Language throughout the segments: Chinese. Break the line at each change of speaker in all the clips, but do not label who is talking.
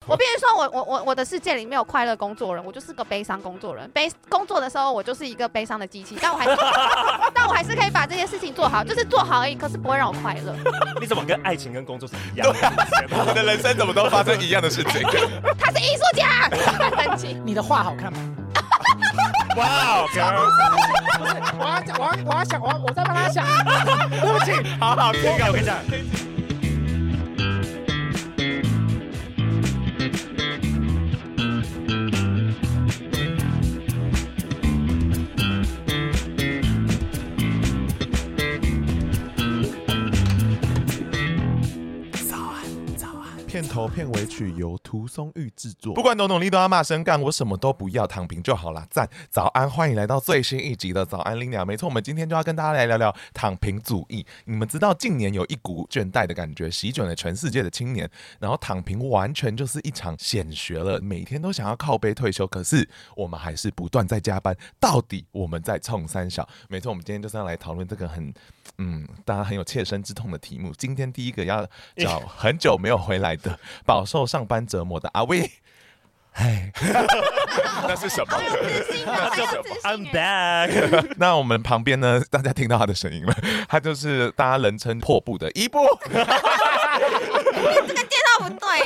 我必须说我，我我我的世界里没有快乐工作人，我就是个悲伤工作人。悲工作的时候，我就是一个悲伤的机器，但我还是， 但我还是可以把这些事情做好，就是做好而已，可是不会让我快乐。
你怎么跟爱情跟工作是一样的？啊
我的人生怎么都发生一样的事情？
他是艺术家，很奇。
你的画好看吗？
哇哦，girl，
不是， 我要讲，我要我要想，我要我在帮他想。 对不起，
好好听啊！我跟你讲，
片头片尾曲由涂松玉制作。不管多努力都要骂声干，我什么都不要，躺平就好啦。赞！早安，欢迎来到最新一集的早安林鸟。没错，我们今天就要跟大家来聊聊躺平主义。你们知道近年有一股倦怠的感觉席卷了全世界的青年，然后躺平完全就是一场显学了，每天都想要靠背退休，可是我们还是不断在加班。到底我们在冲三小？没错，我们今天就是要来讨论这个很嗯，大家很有切身之痛的题目。今天第一个要找很久没有回来的饱受上班折磨的阿威。哎， 那是什么
好有自信啊！很有自信、
I'm
欸。
back。
那我们旁边呢？大家听到他的声音了，他就是大家人称破布的伊 布。
这个介绍不对耶。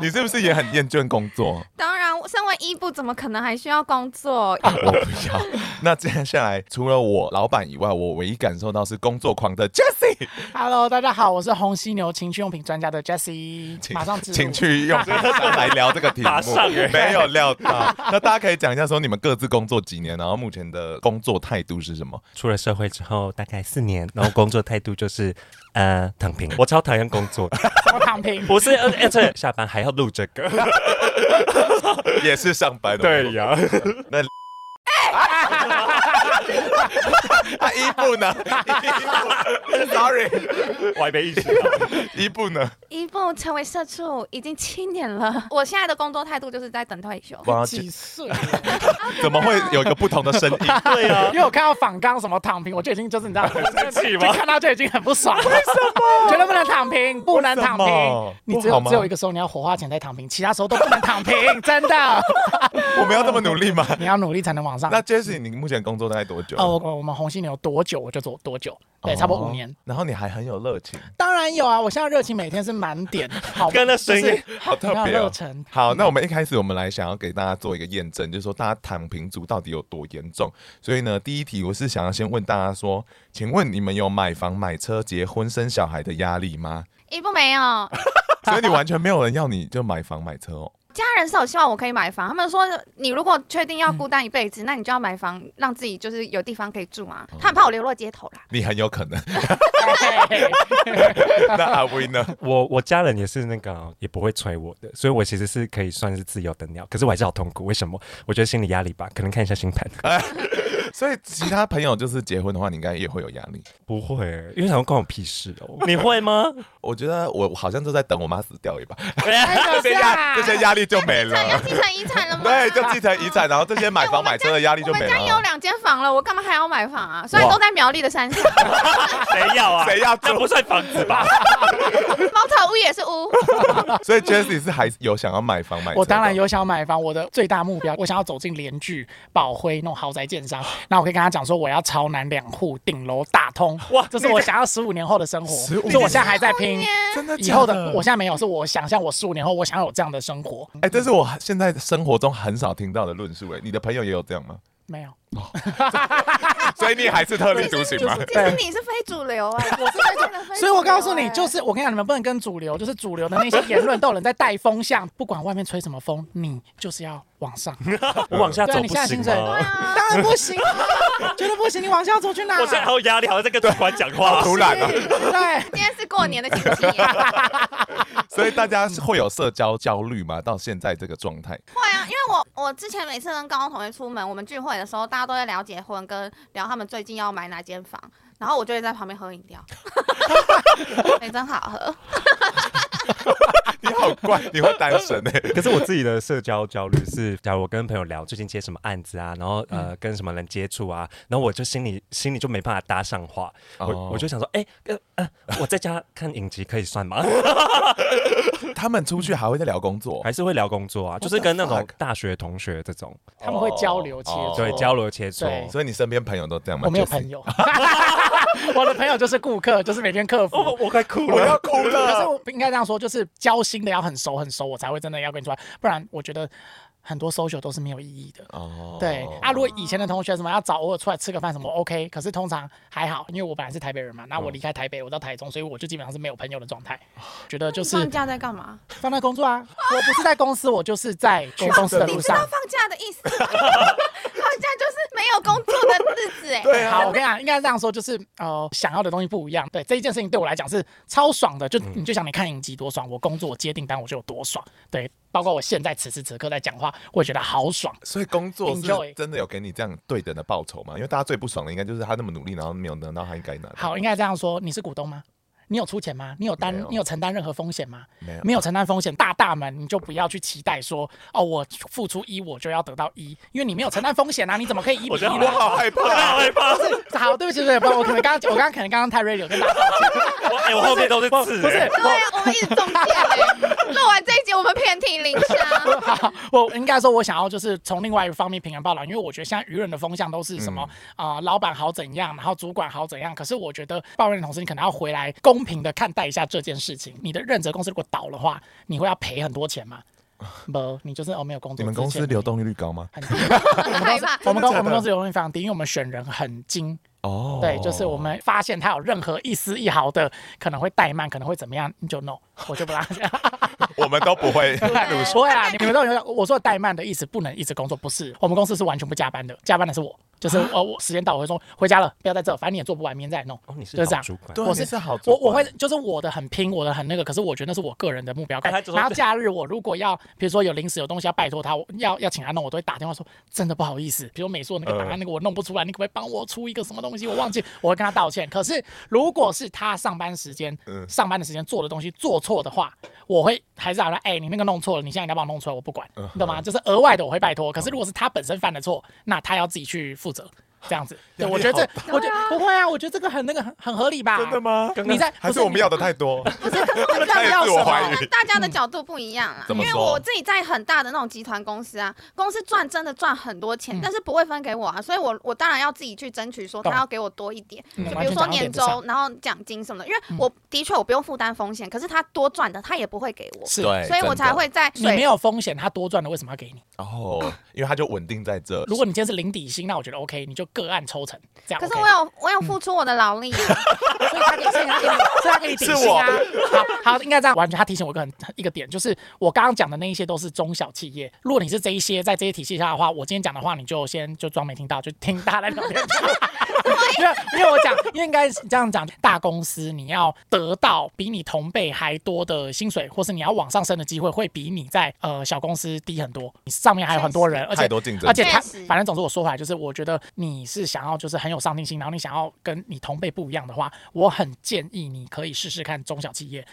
你是不是也很厌倦工作？
当然，身为伊布，怎么可能还需要工作？
我不要。 那接下来除了我老板以外，我唯一感受到是工作狂的 Jesse，
Hello，大家好，我是红犀牛情趣用品专家的 Jesse，
请
马上植入
请去用上来聊这个题目。
马上哎耶
没有料到。那大家可以讲一下说你们各自工作几年，然后目前的工作态度是 什么？
出了社会之后大概四年，然后工作态度就是呃躺平，我超讨厌工作，
我躺平。
不是而而且下班还要录这 个，
也是上班的。
呀，
啊，伊 布呢？伊布，sorry，
我还没意识到，
伊布呢？
伊布成为社畜已经七年了，我现在的工作态度就是在等退休。
哇，
几岁？啊
怎么会有一个不同的声 音？
对啊
因，为我看到仿刚什么躺平，我就已经 就是你知道，
生气
就
吗？
看到就已经很不爽了。为什么？绝对不能躺平，不能躺
为什么
平。你只
不好
有
吗
只有一个时候你要火化前再躺平，其他时候都不能躺 平，真的。
我们要这么努力吗？
你要努力才能往上。
那 Jesse，你目前工作大概多久？
哦，我我们红犀牛多久我就做多久，对，差不多五年。。
然后你还很有热情，
当然有啊，我现在热情每天是满点，好，
跟那声音
就是
好特
很有
别哦
热。忱。
好，那我们一开始我们来想要给大家做一个验证，就是说大家躺平族到底有多严重。所以呢，第一题我是想要先问大家说，请问你们有买房、买车、结婚、生小孩的压力吗？
伊布没有，
所以你完全没有人要你就买房买车哦。
家人是有希望我可以买房，他们说你如果确定要孤单一辈子，那你就要买房，让自己就是有地方可以住啊。他很怕我流落街头啦。
你很有可 能。
嘿
那阿威呢？
我我家人也是那个也不会催我的，所以我其实是可以算是自由的鸟，可是我还是好痛苦。为什么？我觉得心理压力吧，可能看一下星 盘。
所以其他朋友就是结婚的话，你应该也会有压力。
不会，因为想要关我屁事哦。你会 吗？
我觉得我好像就在等我妈死掉一般，
这
这些压啊这些压力就没了
那。 要继承遗产了吗？
对，就继承遗产，然后这些买房买车的压力
哎我
就没
们家也有
了。
两间房了，我干嘛还要买房啊？虽然
哇
都在苗栗的山上，
谁要啊？
谁要住
这不算房子 吧？
茅草屋也是屋。
所以 Jessie 是还有想要买房买车的，
我当然有想买房，我的最大目标，我想要走进联聚、宝辉那种豪宅建商。那我可以跟他讲说，我要朝南两户顶楼打通，
哇
这是我想要十五年后的生活。
15
所以我现在还
哎
在
哎
拼。
真的
以
假
后的我现在没有，是我想象我十五年后我想要有这样的生活，
哎、这是我现在生活中很少听到的论述哎，你的朋友也有这样 吗？
没有。
所以你还是特立独行吗？
其实你是非主流啊，我是真的非主流欸
所以我告诉你，就是我跟你讲，你们不能跟主流，就是主流的那些言论都有人在带风向，不管外面吹什么风，你就是要往上。
我往下走
对啊
不
你现在
行
薪水
吗？
啊
当然不行， 绝对不行，你往下走去哪？啊
我现在好有压力，好像在跟主管讲话。
突然啊，
对，
今天是过年的亲戚耶，啊
所以大家是会有社交焦虑吗？到现在这个状态，
会啊，因为我我之前每次跟高中同学出门，我们聚会的时候，大家都在聊结婚，跟聊他们最近要买哪间 房，然后我就会在旁边喝饮料，哎、真好喝。
你好怪，你会单身哎、
可是我自己的社交焦虑是，假如我跟朋友聊最近接什么案子啊，然后呃、跟什么人接触啊，然后我就心里心里就没办法搭上话，
哦
我我就想说，哎、呃呃，我在家看影集可以算 吗？
他们出去还会在聊工作，
哎
还是会聊工作啊，就是跟那
fuck？
种大学同学这种，
他们会交流切磋，
哦
对交流切磋。
对
所以你身边朋友都这样吗？
我没有
Jessie
朋友， 我的朋友就是顾客，就是每天客服。
哦，我快哭
我要
了。
哭
可是
了。
我不应该这样说，就是交心的要很熟很熟，我才会真的要跟你出来，不然我觉得很多 social 都是没有意义的。
哦
对啊，如果以前的同学什么要找偶尔出来吃个饭什么 OK，可是通常还好，因为我本来是台北人嘛，那我离开台北，我到台中，所以我就基本上是没有朋友的状态，觉得就是
放假在干嘛？
放在工作啊，我不是在公司，我就是在去公司的
你
路
知道
上。
放假的意思？ 放假就是没有工作的日子哎、
对啊
好，我跟你讲，应该这样说，就是呃，想要的东西不一样。对这一件事情，对我来讲是超爽的。就你就想你看影集多爽，我工作我接订单我就有多爽。对，包括我现在此时此刻在讲话，我也觉得好爽。
所以工作是
Enjoy
真的有给你这样对等的报酬吗？因为大家最不爽的应该就是他那么努力，然后没有得到他应该拿的。
好，应该这样说，你是股东吗？你有出钱吗？你有担
没有
你有承担任何风险吗？
没有
没有承担风险，大大们你就不要去期待说哦，我付出一我就要得到一，因为你没有承担风险啊，你怎么可以一比一
觉得
呢？
好害
我
怕，
好害怕，我
好，对不起，对不起，我可能刚刚我刚刚可能刚刚太 radio 跟大家道歉，
哎、我后面都是字、
不是
哎
对啊，我们一直中箭哎、录完这一集，我们遍体鳞伤。
好，我应该说，我想要就是从另外一方面平衡报道，因为我觉得现在舆论的风向都是什么
嗯
啊、呃老板好怎样，然后主管好怎样。可是我觉得抱怨的同时，你可能要回来公平的看待一下这件事情。你的认责公司如果倒的话，你会要赔很 多钱吗？不，你就是哦没有工作。
你们公
之
司
前
流动率高吗？
很低。我们公
害
司
怕
我们
真的假的
公我们公司流动率非常低，因为我们选人很精。
哦
对，就是我们发现他有任何一丝一毫的可能会怠慢，可能会怎么样，你就 no，我就不让他。
我们都不 会。
如
不会啊，你们都有我说怠慢的意思，不能一直工作，不是我们公司是完全不加班的，加班的是我，就是我我时间到我会说回家了，不要在这，反正你也做不完，明天再来弄。
哦，你是
就是这
老
样
主管，
对啊
我
你是好主
我
管，
我会就是我的很拼，我的很那个，可是我觉得那是我个人的目标
哎
感
他就。说
然后假日我如果要，比如说有临时有东西要拜托他，我要要请他弄，我都会打电话说真的不好意思，比如美术那个档
呃
案那个我弄不出来，你可不可以帮我出一个什么东西？我忘记，我会跟他道歉。可是如果是他上班时间
嗯，
上班的时间做的东西做错的话，我会还是让他哎你那个弄错了，你现在应该帮我弄出来，我不管，
嗯
你懂吗？就是额外的我会拜托。可是如果是他本身犯的错，那他要自己去负责。这样子，对
压力
我觉得
好
这，我觉得不会啊，我觉得这个很那个很很合理吧？
真的吗？
你在
还是我们要的太多？
不是
他也
要
自我
什
怀
么？
疑
大家的角度不一样啦，
怎
因
么说
为我自己在很大的那种集团公司啊，公司赚真的赚很多钱，
嗯
但是不会分给我啊，所以我我当然要自己去争取，说
懂
他要给我多一点，
嗯
就
完
比如
全
说
讲到
年
点子上嗯
终，然后奖金什么的，因为我的确我不用负担风险，可是他多赚的他也不会给我，
是，
所以我才。会在
哎你没
水
有风险，他多赚了为什么要给你？
哦，因为他就稳定在这。
如果你今天是零底薪，那我觉得 OK，你就个案抽成这样。
可是我有我有付出我的劳力啊，
OK 嗯 所以他给，所以他给你，所以他给你底薪啊。好，好，应该这样。完全，他提醒我一个很一个点，就是我刚刚讲的那一些都是中小企业。如果你是这一些在这些体系下的话，我今天讲的话，你就先就装没听到，就听大家在聊天。 因为因为我讲，因为应该是这样讲，大公司你要得到比你同辈还多的薪水，或是你要往上升的机会，会比你在呃小公司低很多。你上面还有很多人，而
太
且
多竞争
而且他
确实
反正总之我说回来就是，我觉得你是想要就是很有上进心，然后你想要跟你同辈不一样的话，我很建议你可以试试看中小企业。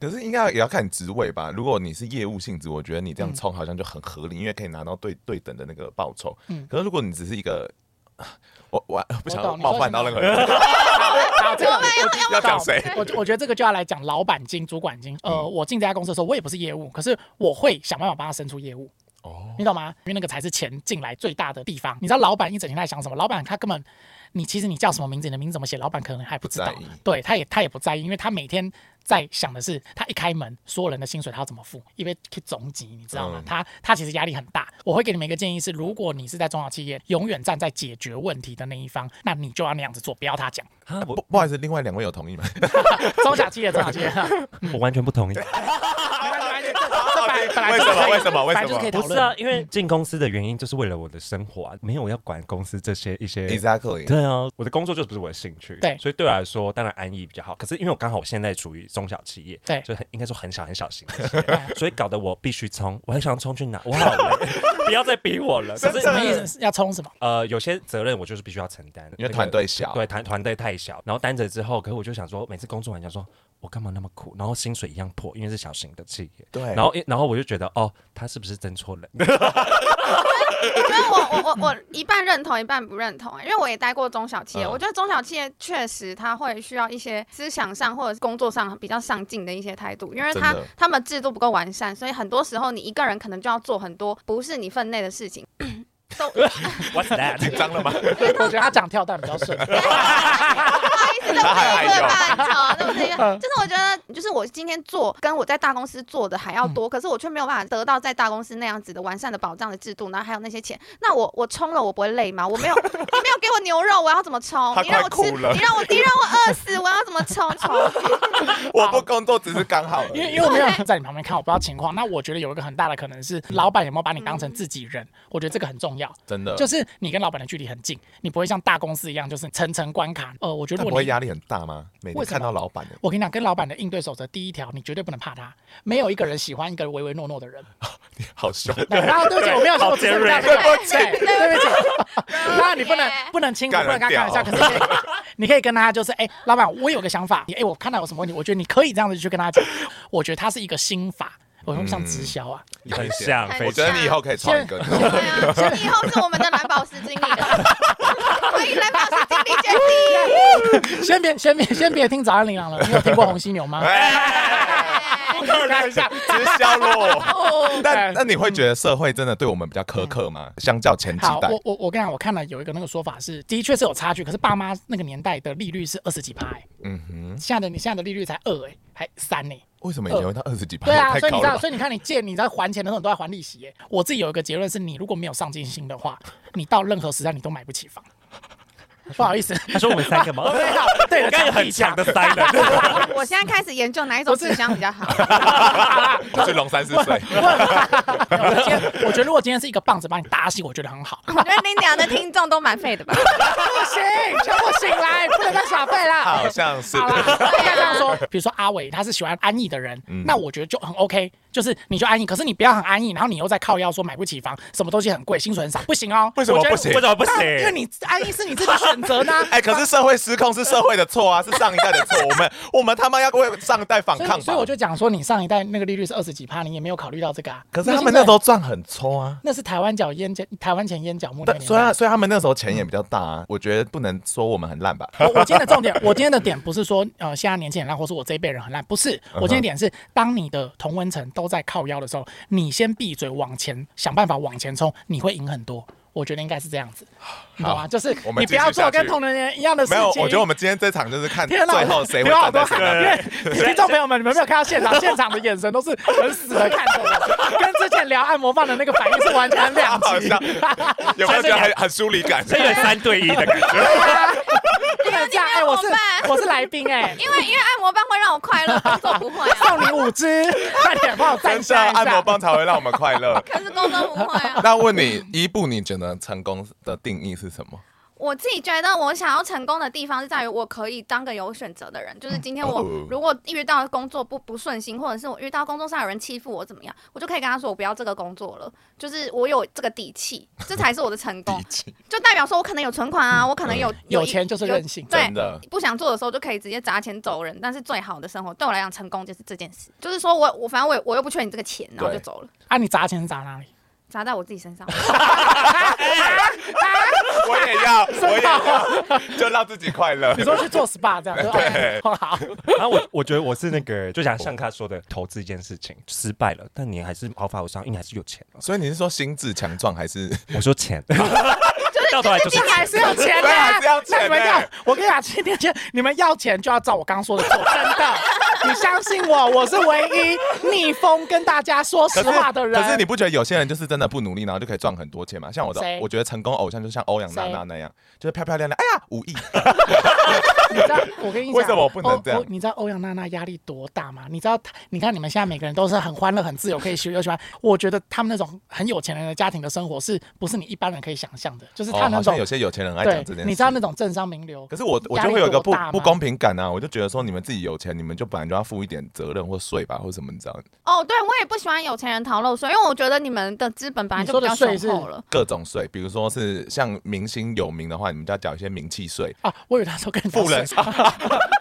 可是应该也要看职位吧。如果你是业务性质，我觉得你
嗯
这样冲好像就很合理，因为可以拿到对对等的那个报酬。
嗯
可是如果你只是一个， 我我不想
我懂你
冒犯到任何人，
好，这个
我们要
要讲谁？嗯
我我觉得这个就要来讲老板经、主管经。呃，我进这家公司的时候，我也不是业务，可是我会想办法帮他生出业务。
哦，
你懂吗？因为那个才是钱进来最大的地方。你知道老板一整天在想什么？老板他根本，你其实你叫什么名字，你的名字怎么写，老板可能还不知道
不在意。
对，他也他也不在意，因为他每天在想的是，他一开门，所有人的薪水他要怎么付，因为去总级，你知道吗？
嗯
他他其实压力很大。我会给你们一个建议是，如果你是在中小企业，永远站在解决问题的那一方，那你就要那样子做，不要他讲。
啊
不
我
不好意思，另外两位有同意吗？
中小企业，中 小企业。
我完全不同意。
没关系没关系这这本来本来
为
就
什
是可
么？
以
为什么？为
本来
什
就是可
么
以讨
不
论。嗯
是啊，因为进公司的原因就是为了我的生活啊，没有要管公司这些一些。
？Exactly。
对啊，我的工作就不是我的兴趣，
对
所以对我来说，当然安逸比较好。可是因为我刚好我现在处于中小企业，
对
就很应该说很小很小型的企
哎
业， 所以搞得我必须冲，我还想冲去哪？我好 累，不要再逼我了。可
真
是
什么意思？是要冲什 么？
呃，有些责任我就是必须要承担，
因
那
为
个
团队小
对团团队太小，然后担着之后，可是我就想说，每次工作完想说，我干嘛那么苦？然后薪水一样破，因为是小型的企业。
对
然后一然后我就觉得哦，他是不是真错人？
我觉得我我我我一半认同，一半不认同、欸因为我也待过中小企业，
嗯
我觉得中小企业确实它会需要一些思想上或者是工作上比较上进的一些态度，因为它
真的
他们制度不够完善，所以很多时候你一个人可能就要做很多不是你分内的事情。 都不好
What's that？
紧张 了吗？
我觉得他讲跳蛋比较顺。
意思，这
他
不
还
是一
害羞
个范畴，对不对？ 就是我觉得，就是我今天做跟我在大公司做的还要
嗯
多，可是我却没有办法得到在大公司那样子的完善的保障的制度，然后还有那些钱。那我我充了，我不会累吗？我 没有，你没有给我牛肉，我要怎么充
他？
你让我吃，
快哭了
你让我你让我饿死，我要怎么 充充？
我不工作只是刚好而
因为因
已。
为我没有在你旁边看，我不知道情况。那我觉得有一个很大的可能是，老板有没有把你当成自己人？我觉得这个很重要。
真的，
就是你跟老板的距离很近，你不会像大公司一样，就是层层关卡。呃，我觉得
他
如
不
果
会
你
压力很大吗？每天
为什么
看到老 板，
我跟你讲，跟老板的应对守则第一条，你绝对不能怕他。没有一个人喜欢一个唯唯诺 诺的人。
好 凶。
对，然后对不起，我没有说我只是这样
对
对
不
不
起
起，对不起。那你不能不能轻浮，
干
不能跟他开玩笑，
得
可是你可以你可以跟他就是，哎，老板，我有个想法，哎，我看到有什么问题，我觉得你可以这样子去跟他讲。我觉得他是一个心法，我用像直销啊。
很像，
很
非
我觉
常
得你以后可以创一 个，
对啊，所以以后是我们的蓝宝石经理 了，所以蓝宝石经理决定。
嗯
先别先别先别听早安铃兰了，你有听过红犀牛 吗？
哎，
不可能像
直销咯。
哦
哎
但那你会觉得社会真的对我们比较苛刻
嗯
吗？相较前几
好，
代，
我我我跟你讲，我看了有一个那个说法是，的确是有差距，可是爸妈那个年代的利率是二十几趴、欸，
嗯哼，
现在的你现在的利率才二哎、还三 呢、欸
为什么以前会到二十几趴？
对啊，
太
所以你
高
知道，
了吧。
所以你看你借你在还钱的时候，你都在还利息、耶。我自己有一个结论是，你如果没有上进心的话，你到任何时代你都买不起房。不好 意思，
他说我们三个吗？
我对到对
我刚有
的，
很强的 silence。
我现在开始研究哪一种纸箱比 较好。
我是龙三十岁，
我 我今天我觉得如果今天是一个棒子把你打醒，我觉得 很好。
我觉得你俩的听众都蛮废的吧？
不行，全部醒来，不能再耍废 啦。
好像是
好。 啦，啊应该这样说，比如说阿伟他是喜欢安逸的人，
嗯
那我觉得就很 OK，就是你就安逸，可是你不要很安逸，然后你又在靠腰说买不起房，什么东西很贵，薪水很少，不行哦。
为什么
我觉得
不行
为什么不行？
因为你安逸是你自己选择呢
。哎，可是社会失控是社会的错啊，是上一代的错。我们我们他妈要为上一代反
所
抗
以，
吧。
所以我就讲说，你上一代那个利率是二十几趴，你也没有考虑到这个啊。
可是他们那时
候
候赚很冲啊。
那是台湾脚烟台湾前烟角木那个
但
年
虽然
代。
虽然他们那时候钱也比较大啊，我觉得不能说我们很烂吧。
我我今天的重点，我今天的点不是说呃现在年轻人烂，或是我这一辈人很烂，不是。我
嗯
今天点是，当你的同温层都在靠腰的时候，你先闭嘴往前，想办法往前冲，你会赢很多。我觉得应该是这样子，你懂吗？就是
我们
你
继
不
续
要做
下去
跟同龄人一 样的事
没
情。
有，我觉得我们今天这场就是看
天哪，
最后谁会
流好
站
多
在谁
汗，
那边。
因为听众朋友们，你们没有看到现场，现场的眼神都是很死的看着我，跟之前聊按摩棒的那个反应是完全两
好
极。
像有没有觉得很很疏离 感？啊
这个三对一的感觉，
不能这样，哎，我是
你们怎么办
我是来宾哎、
因为因为按摩棒会让我快乐，工作不会 啊，
送你五支，快点帮我站
真的
下一下。
按摩棒才会让我们快 乐。
可是工作不会啊。
那问你，伊布，你觉得成功的定义是什么？
我自己觉得我想要成功的地方是在于我可以当个有选择的人，就是今天我
哦
如果遇到工作不不顺心，或者是我遇到工作上有人欺负我怎么样，我就可以跟他说我不要这个工作了，就是我有这个底气，这才是我的成
哦
功，就代表说我可能有存款啊，我可能有
有钱就是任性
有对
真， 的，
不想做的时候就可以直接砸钱走人，但是最好的生活对我来讲，成功就是这件事，就是说我我反正我也我又不缺你这个钱，然后就走了，
啊，你砸钱是砸哪里？
砸在我自己身上。
我也要，我也要， 就让自己快乐
你。说去做 SPA 这样？ 对，哦好，
然后我我觉得我是那个，就像上卡说的，投资一件事情失败了，但你还是毫发无伤，因为你还是有钱嘛。
所以你是说心智强壮还是？
我说钱，到头来就是
你还是要钱啊的
对还是要，钱
那你们要
欸，
我跟你讲，今天就你们要钱就要照我刚刚说的 做，真的。你相信我，我是唯一逆风跟大家说实
可是
话的人。
可是你不觉得有些人就是真的不努力，然后就可以赚很多钱吗？像我的
谁，
我觉得成功偶像就像欧阳娜娜那样，就是漂漂亮亮。哎呀，五亿，
你知道我跟你讲，
为什么不能
欧
这样
欧你知道欧阳娜娜压力多大吗？你知道她，你看你们现在每个人都是很欢乐、很自由，可以学又喜欢。我觉得他们那种很有钱人的家庭的生活，是不是你一般人可以想象的？就是
哦，
他
好
那
像
种、
有些有钱人爱讲这
对，
件事。
你知道那种政商名流
可。是我我
压
就
力
会有一个
多
不
大吗
不公平感啊！我就觉得说你们自己有钱，你们就本来你就要负一点责任或税吧，或什么你知道
哦，对我也不喜欢有钱人逃漏税，因为我觉得你们的资本本来就比较雄
你说的税
厚
是
了。
各种税，比如说是像明星有名的话，你们就要缴一些名气 税，
啊，我以为他说跟你
富人
讲睡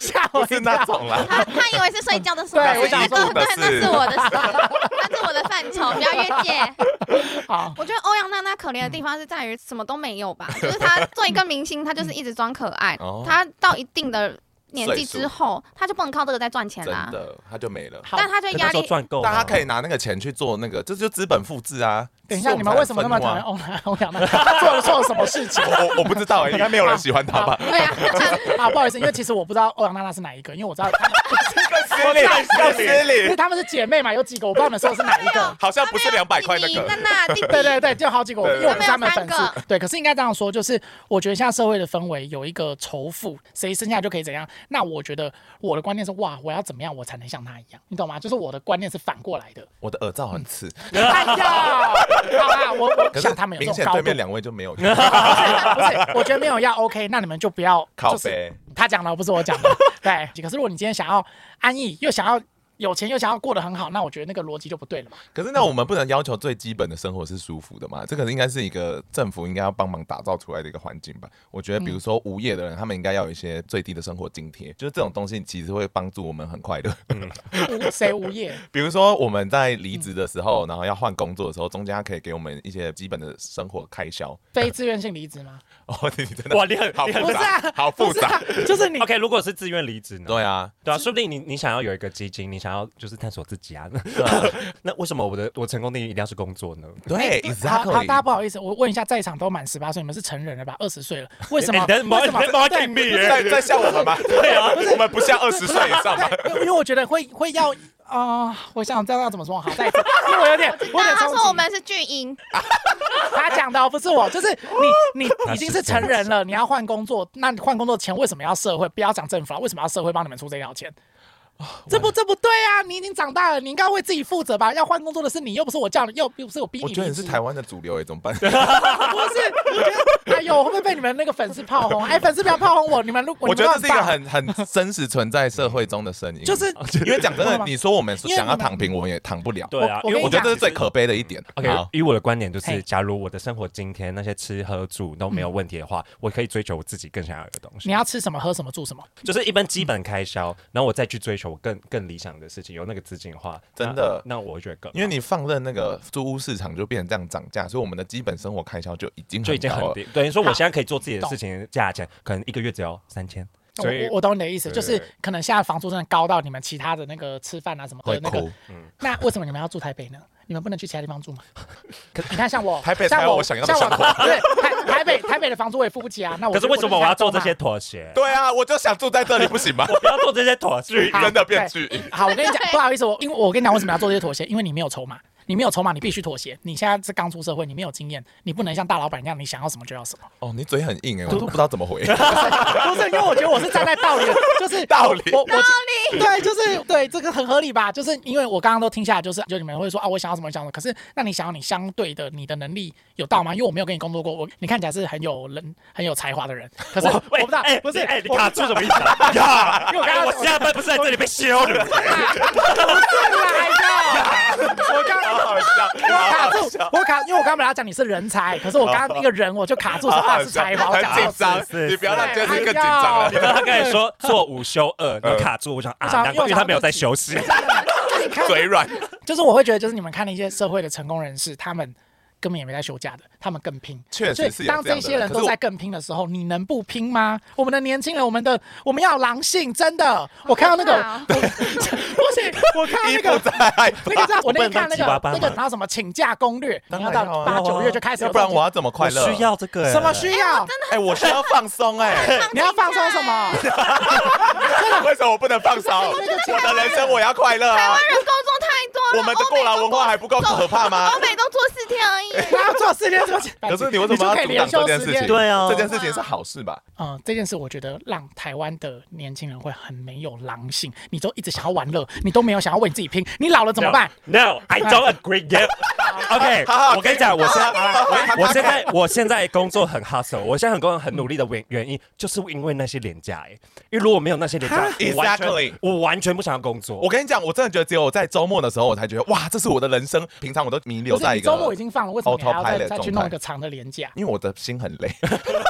吓我
不
一跳
是那种啦。
他他以为是睡觉的时候，
对我想
那
说
个
的
对，那
是
是我的事， 那是我的范畴，不要越界。
好，
我觉得欧阳娜娜可怜的地方是在于什么都没有吧，就是她做一个明星，她就是一直装可爱
哦，
她到一定的年纪
岁数
之后，她就不能靠这个再赚钱
真
啦。
啊
的，他就没了。
好
但她就
可
压
那时候
力
赚够了，
但他可以拿那个钱去做那个，这就资本复制啊。
等一下，你们为什么那么讨厌
讨
欧阳欧阳娜娜？她做了错什么事情？
我我我不知 道哎、应该没有人喜欢他吧？
对啊，
啊，不好意思，因为其实我不知道欧阳娜娜是哪一个，因为我知道她
失 礼，要失
因为
礼，
她们是姐妹嘛，有几个我不知道你们说的是哪一 个。
好像不是两百块那
弟弟
个
娜。娜 弟弟，
对对对，就好几个，
对
因为我不是他们
他
粉
们有三
丝。对，可是应该这样说，就是我觉得现在社会的氛围有一个仇富，谁生下来就可以怎样。那我觉得我的观念是，哇，我要怎么样我才能像他一样，你懂吗？就是我的观念是反过 来的。
我的耳罩很刺，
哎呀，好啦，啊我我
可
想
是
他们有
明
这
显
种高
对
度
面。两位就没有。
不是，我觉得没有要 OK，那你们就不要
靠
就是
背
他讲的不是我讲的， 对。可是如果你今天想要安逸，又想要有钱，又想要过得很好，那我觉得那个逻辑就不对了嘛。
可是那我们不能要求最基本的生活是舒服的嘛？这个应该是一个政府应该要帮忙打造出来的一个环境吧。我觉得，比如说无业的人，他们应该要有一些最低的生活津贴，就是这种东西其实会帮助我们很快乐。
嗯无谁无业，
比如说我们在离职的时
嗯
候，然后要换工作的时候，中间他可以给我们一些基本的生活开销。
非自愿性离职吗？
哦，你真的
哇你很
好
你很
不
复
是啊
杂，，好复
不是啊
杂。，
就是你
OK，如果是自愿离职呢？
对啊，
对啊，说不定你你想要有一个基金，你想要就是探索自己啊。 那为什么我的我成功定义一定要是工作呢？
对
好好，大家
，exactly。
哎不好意思，我问一下，在场都满十八岁，你们是成人了吧？二十岁了，为什
哎
么？
你在
为什么？
你在 mocking
对
me 耶
在在笑我们吗？对啊， 我们不像二十岁以上吗？
对，因为我觉得会会要啊，我想知道要怎么说好，再一次，因为我有点，我
那
有点
他
冲
说我
击。
们是巨婴，
他讲的哦不是我，就是 你，你已经是成人了，你要换工作，那你换工作前为什么要社会？不要讲政府了，为什么要社会帮你们出这条钱？这不这不对啊！你已经长大了，你应该为自己负责吧？要换工作的是你，又不是我叫你，又又不是我 逼你
我
离职。
觉得你是台湾的主流哎，怎么办？
不是？我觉得哎呦，我会不会被你们那个粉丝炮轰？哎，粉丝不要炮轰我，你们如果
我觉得这是一个。
你们
很 很真实存在社会中的声音，
就是
因为讲真的，你说我们
因为
想
你
要
们
躺平，我也躺不了。
对啊，
我
因为
我
我觉
跟
得
你讲
这是最可悲的一点。
OK，
好
以我的观点就
嘿
是，假如我的生活今天那些吃喝住都没有问题的话，我可以追求我自己更想要的东
你
西，
要吃什么、喝什么、住什么？
就是一般基本开销，然后我再去追求我更更理想的事情，有那个资金的话，
真
那
的
那我会觉得更好
因为你放任那个租屋市场就变成这样涨价，所以我们的基本生活开销就已经
就已经
高
很
了
低，等于说我现在可以做自己的事情，价钱可能一个月只要三千，
我
所以
我懂你的意思，
对
就是可能现在房租真的高到你们其他的那个吃饭啊什么
会
的那个
哭。
那为什么你们要住台北呢？你们不能去其他地方住吗？你看像我，
台北才
像
有
我
我想要的
像
生活
对，台台北台北的房租我也付不起啊。那我
可是为什么我要做这些
就
妥协？
对啊，我就想住在这 里，不行吗？
不要做这些妥协，
好
真的变
对
巨婴。
去台中嘛？好，我跟你讲，不好意思，我因为我跟你讲为什么要做这些妥协，因为你没有筹码，你没有筹码，你必须妥协。你现在是刚出社会，你没有经验，你不能像大老板一样，你想要什么就要什么。
哦，你嘴很硬哎，我都不知道怎么 回。
不是，因为我觉得我是站在道理的，就是
道理
我我理， 对，就是对这个很合理吧？就是因为我刚刚都听下来，就是就你们会说啊，我想要什么想要什么，可是那你想要你相对的你的能力有到吗？因为我没有跟你工作过，我你看起来是很有人很有才华的人，可是我
喂
不知道，
哎，
不是，
哎，你
我
卡
不知
住什
道
么意思啊？呀
因为我刚刚
哎我下班不是在这里被羞辱，
我刚刚。
好笑，
我卡住，我卡，因为我刚刚本来要讲你是人才，可是我刚刚一个人我就卡住说啊是才华，我讲
很
到
紧张
是，是
你不要让
是
Jesse 更紧
哎
张
呦
了。
他刚才说做五休二，然后卡住，我想
我
啊，
想
难怪
又想
因为他没有在休息。
就是你看
嘴软，
就是我会觉得，就是你们看那些社会的成功人士，他们根本也没在休假的，他们更拼。
确实
所以
是有
当
这样
这
的
些人
可是
都
我
在更拼的时候，你能不拼吗？我们的年轻人，我们的我们要有狼性，真的。我看到 那个，
好
我不是，我看到
一
那
不
个。
在害
那个
怕，
叫
不
我那天
能
看
当
那
鸡巴
个
班
那个
嘛
然后什么请假攻略，
当
你
然
要
要
到
啊
八九月就开始有
要
这种，
不然我要怎么快
我
乐？
需要这个
什么需要？
哎，我需要放松哎。
你要放松什么？
为什么我不能放 松？我的人生我也要快乐
台
啊
湾！人工作太多了，
我们的过劳文化还不够可怕吗
欧？美都做四天而已。
你要做四 天做，
可是你为什么
就
要
可
阻
以连
挡
休
这
十
件事情？
天？
对啊
这件事情是好事吧？
嗯，这件事我觉得让台湾的年轻人会很没有狼性，你都一直想要玩乐，你都没有想要为你自己拼，你老了怎么办？
？No, I don't agree yet. OK，
好好
我跟你讲，我现在
好
我现在我现在工作很 hustle，我现在很工作很努力的原原因，就是因为那些廉价哎，因为如果没有那些廉价
Huh？
我完全
Exactly
我完全不想要工作。
啊
我跟你讲，我真的觉得只有在周末的时候，我才觉得哇，这是我的人生。平常我都弥留
不是
在一
你
个
周末已经放了，为什么你还要
autopilot
再再去
状
弄
态
一个长的连假？
因为我的心很累。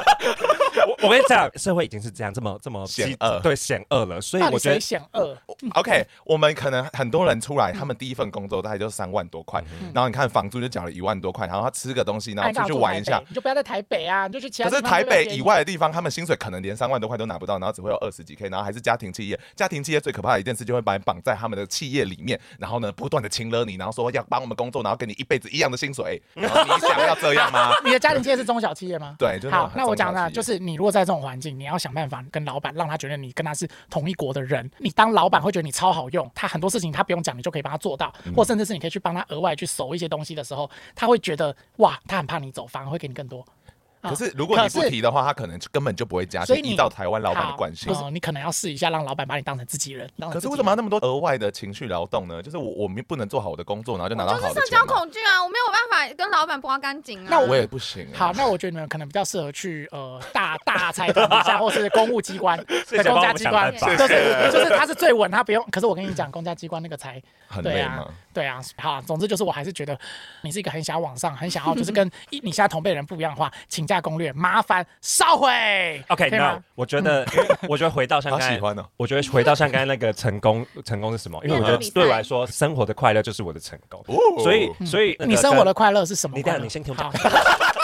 我我跟你讲，社会已经是这样这么这么
险恶
对险恶了，所以
到
我
底
觉
谁
得
险恶？
OK，我们可能很多人出来，他们第一份工作大概就三万多块，
嗯
然后你看房租就缴了一万多块，然后他吃个东西，然后
那
出
你干
去
嘛住
玩
台
一下
北。你就不要在台北啊，你就去其他
可
地
是
方。
台北
对不对
以，外的地方，他们薪水可能连三万多块都拿不到，然后只会有二十几 K，然后还是家庭企业。家庭企业最可怕的一件事，就会把你绑在他们的企业里面，然后呢不断的亲了你，然后说要帮我们工作，然后给你一辈子一样的薪 水。然后你想要这样吗？
你的家庭企业是中小企业吗？
对就是那种
好，那我讲
中小
的
企业
就是你如果在这种环境，你要想办法跟老板让他觉得你跟他是同一国的人。你当老板会觉得你超好用，他很多事情他不用讲，你就可以帮他做到，
嗯
或甚至是你可以去帮他额外去熟一些东西的时候，他会觉得哇，他很怕你走，反而会给你更多。啊
可是如果你不提的话，他可能就根啊本就不会加
所
薪
以，你
依照台湾老板的惯性
好。哦你可能要试一下让老板把你当成自己人。当成
可是
自己
为什么要那
人
么多额外的情绪劳动呢？就是我我们不能做好我的工作，然后就 拿到
就
哦
好
是
的
社
钱
交
吗。
恐惧啊，我没有办法跟老板刮干净啊。
那
我也不行欸。
好，那我觉得你们可能比较适合去呃大大财团底下，或是公务机关、
谢谢帮
公
我
家
们
机
想
关，
办
就
法
是就是它是最稳，它不用。可是我跟你讲，公家机关那个才
很
对
累
啊
吗？，
对啊。好，总之就是我还是觉得你是一个很想要往上，很想要就是跟一你现在同辈人不一样的话，请假攻略麻烦烧毁。
OK，
可以
那
吗？
我觉得，因为我觉得回到像
好
刚
喜
才，
欢哦。
我觉得回到像刚才那个成 功，成功是什么？因为我觉
面子
得
比赛
对我来说，生活的快乐就是我的成功。
哦
所以，所以那个啊
你生活的快乐是什么
你
快
等下
乐？
你先听我
好
讲。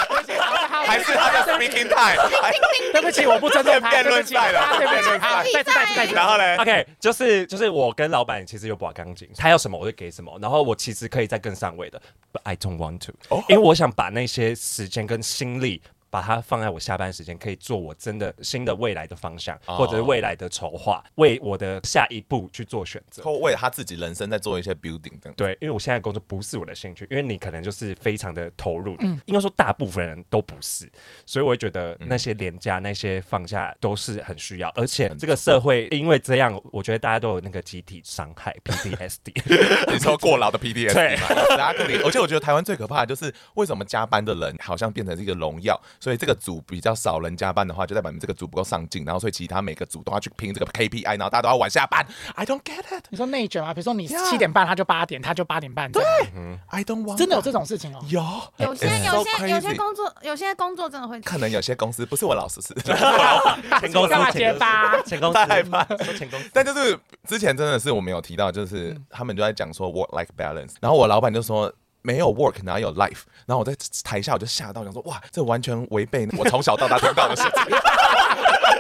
还是他的 speaking time，还
对不起，我不尊重他，
辩
对
论
不起，
赛了
啊对不
辩
起，
论赛
好，再次再 次再次。
然后嘞，
OK，就是就是我跟老板其实有把钢琴，他要什么我就给什么，然后我其实可以再更上位的，but I don't want to，、
哦
因为我想把那些时间跟心力。把它放在我下班时间，可以做我真的新的未来的方向，
哦
或者是未来的筹划，为我的下一步去做选择。
后为他自己人生在做一些 building 这样。
对，因为我现在的工作不是我的兴趣，因为你可能就是非常的投入的，
嗯
应该说大部分人都不是，所以我会觉得那些廉价、那些放假都是很需要，而且这个社会因为这样，我觉得大家都有那个集体伤害 PTSD，
你说过劳的 PDS
对
嘛？Exactly。而且我觉得台湾最可怕的就是为什么加班的人好像变成是一个荣耀，所以这个组比较少人加班的话，就代表你这个组不够上进，然后所以其他每个组都要去拼这个 KPI，然后大家都要晚下班。I don't get it.
你说内卷啊？比如说你
Yeah
七点半，他就八点，他就八点半这样，
I don't want.
真的有这种 事情哦。
有
有些
It's so
有些有些
crazy
工作有些工作真的会
可能有些公司不是我老师是，
成功
干嘛结巴？
成功
太害怕
说成功。
但就是之前真的是我们有提到，就是
嗯
他们就在讲说 work life balance，然后我老板就说。没有 work，哪有 life？然后我在台下我就吓到，想说哇，这完全违背我从小到大听到的事情。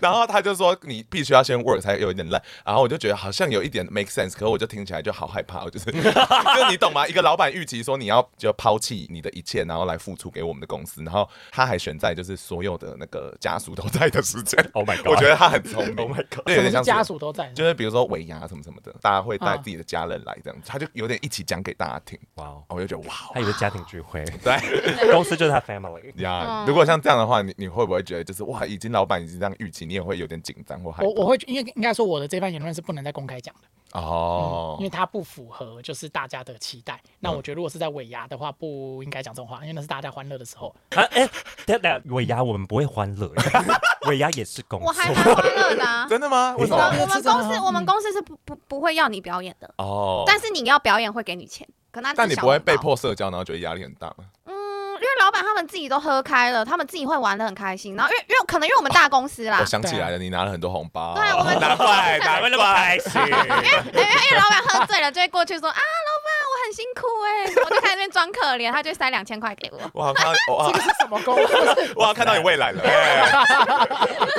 然后他就说你必须要先 work 才有一点 life。然后我就觉得好像有一点 make sense，可是我就听起来就好害怕，我就是 就你懂吗？一个老板预期说你要就抛弃你的一切，然后来付出给我们的公司，然后他还选在就是所有的那个家属都在的时间。
Oh my god！
我觉得他很聪明。
Oh my god
对，有
什
点像
么是
是
家属都在，
就是比如说尾牙什么什么的，大家会带
啊
自己的家人来这样，他就有点一起讲给大家听。
哇哦，
我就觉得哇，
他以为家庭聚会，
对
公司就是他 family。
呀，
嗯
如果像这样的话，你你会不会觉得就是哇，已经老板已经这样预期，你也会有点紧张或害
我我会因为应该说我的这番言论是不能再公开讲的，
怕？
嗯因
哦。
为它不符合就是大家的期待。那我觉得如果是在尾牙的话，不应该讲这种话，因为那是大家欢乐的时候。
啊哎，等等，尾牙我们不会欢乐， 尾牙也是工
我
作。
还蛮欢乐的啊
真的吗？为什
我
哦
么？
我们
是这样
公司
啊
我们公司是不不不会要你表演的，
哦，
但是你要表演会给你钱，可那
但
是
你
小
不会
红包
被。迫社交，然后觉得压力很大吗？
嗯，因为老板他们自己都喝开了，他们自己会玩的很开心。然后因为因为可能因为我们大公司
啊
啦
我，想起来了，你拿了很多红包。
对啊我们
难怪
哪
难
会
怪
那么开心？
因为因为老板喝醉了就会过去说啊，老板我很辛苦哎、我就开始在那边装可怜，他就塞两千块给我。
我好看到我
这个
好
是什么公 司？
我好看到你未来 了。哎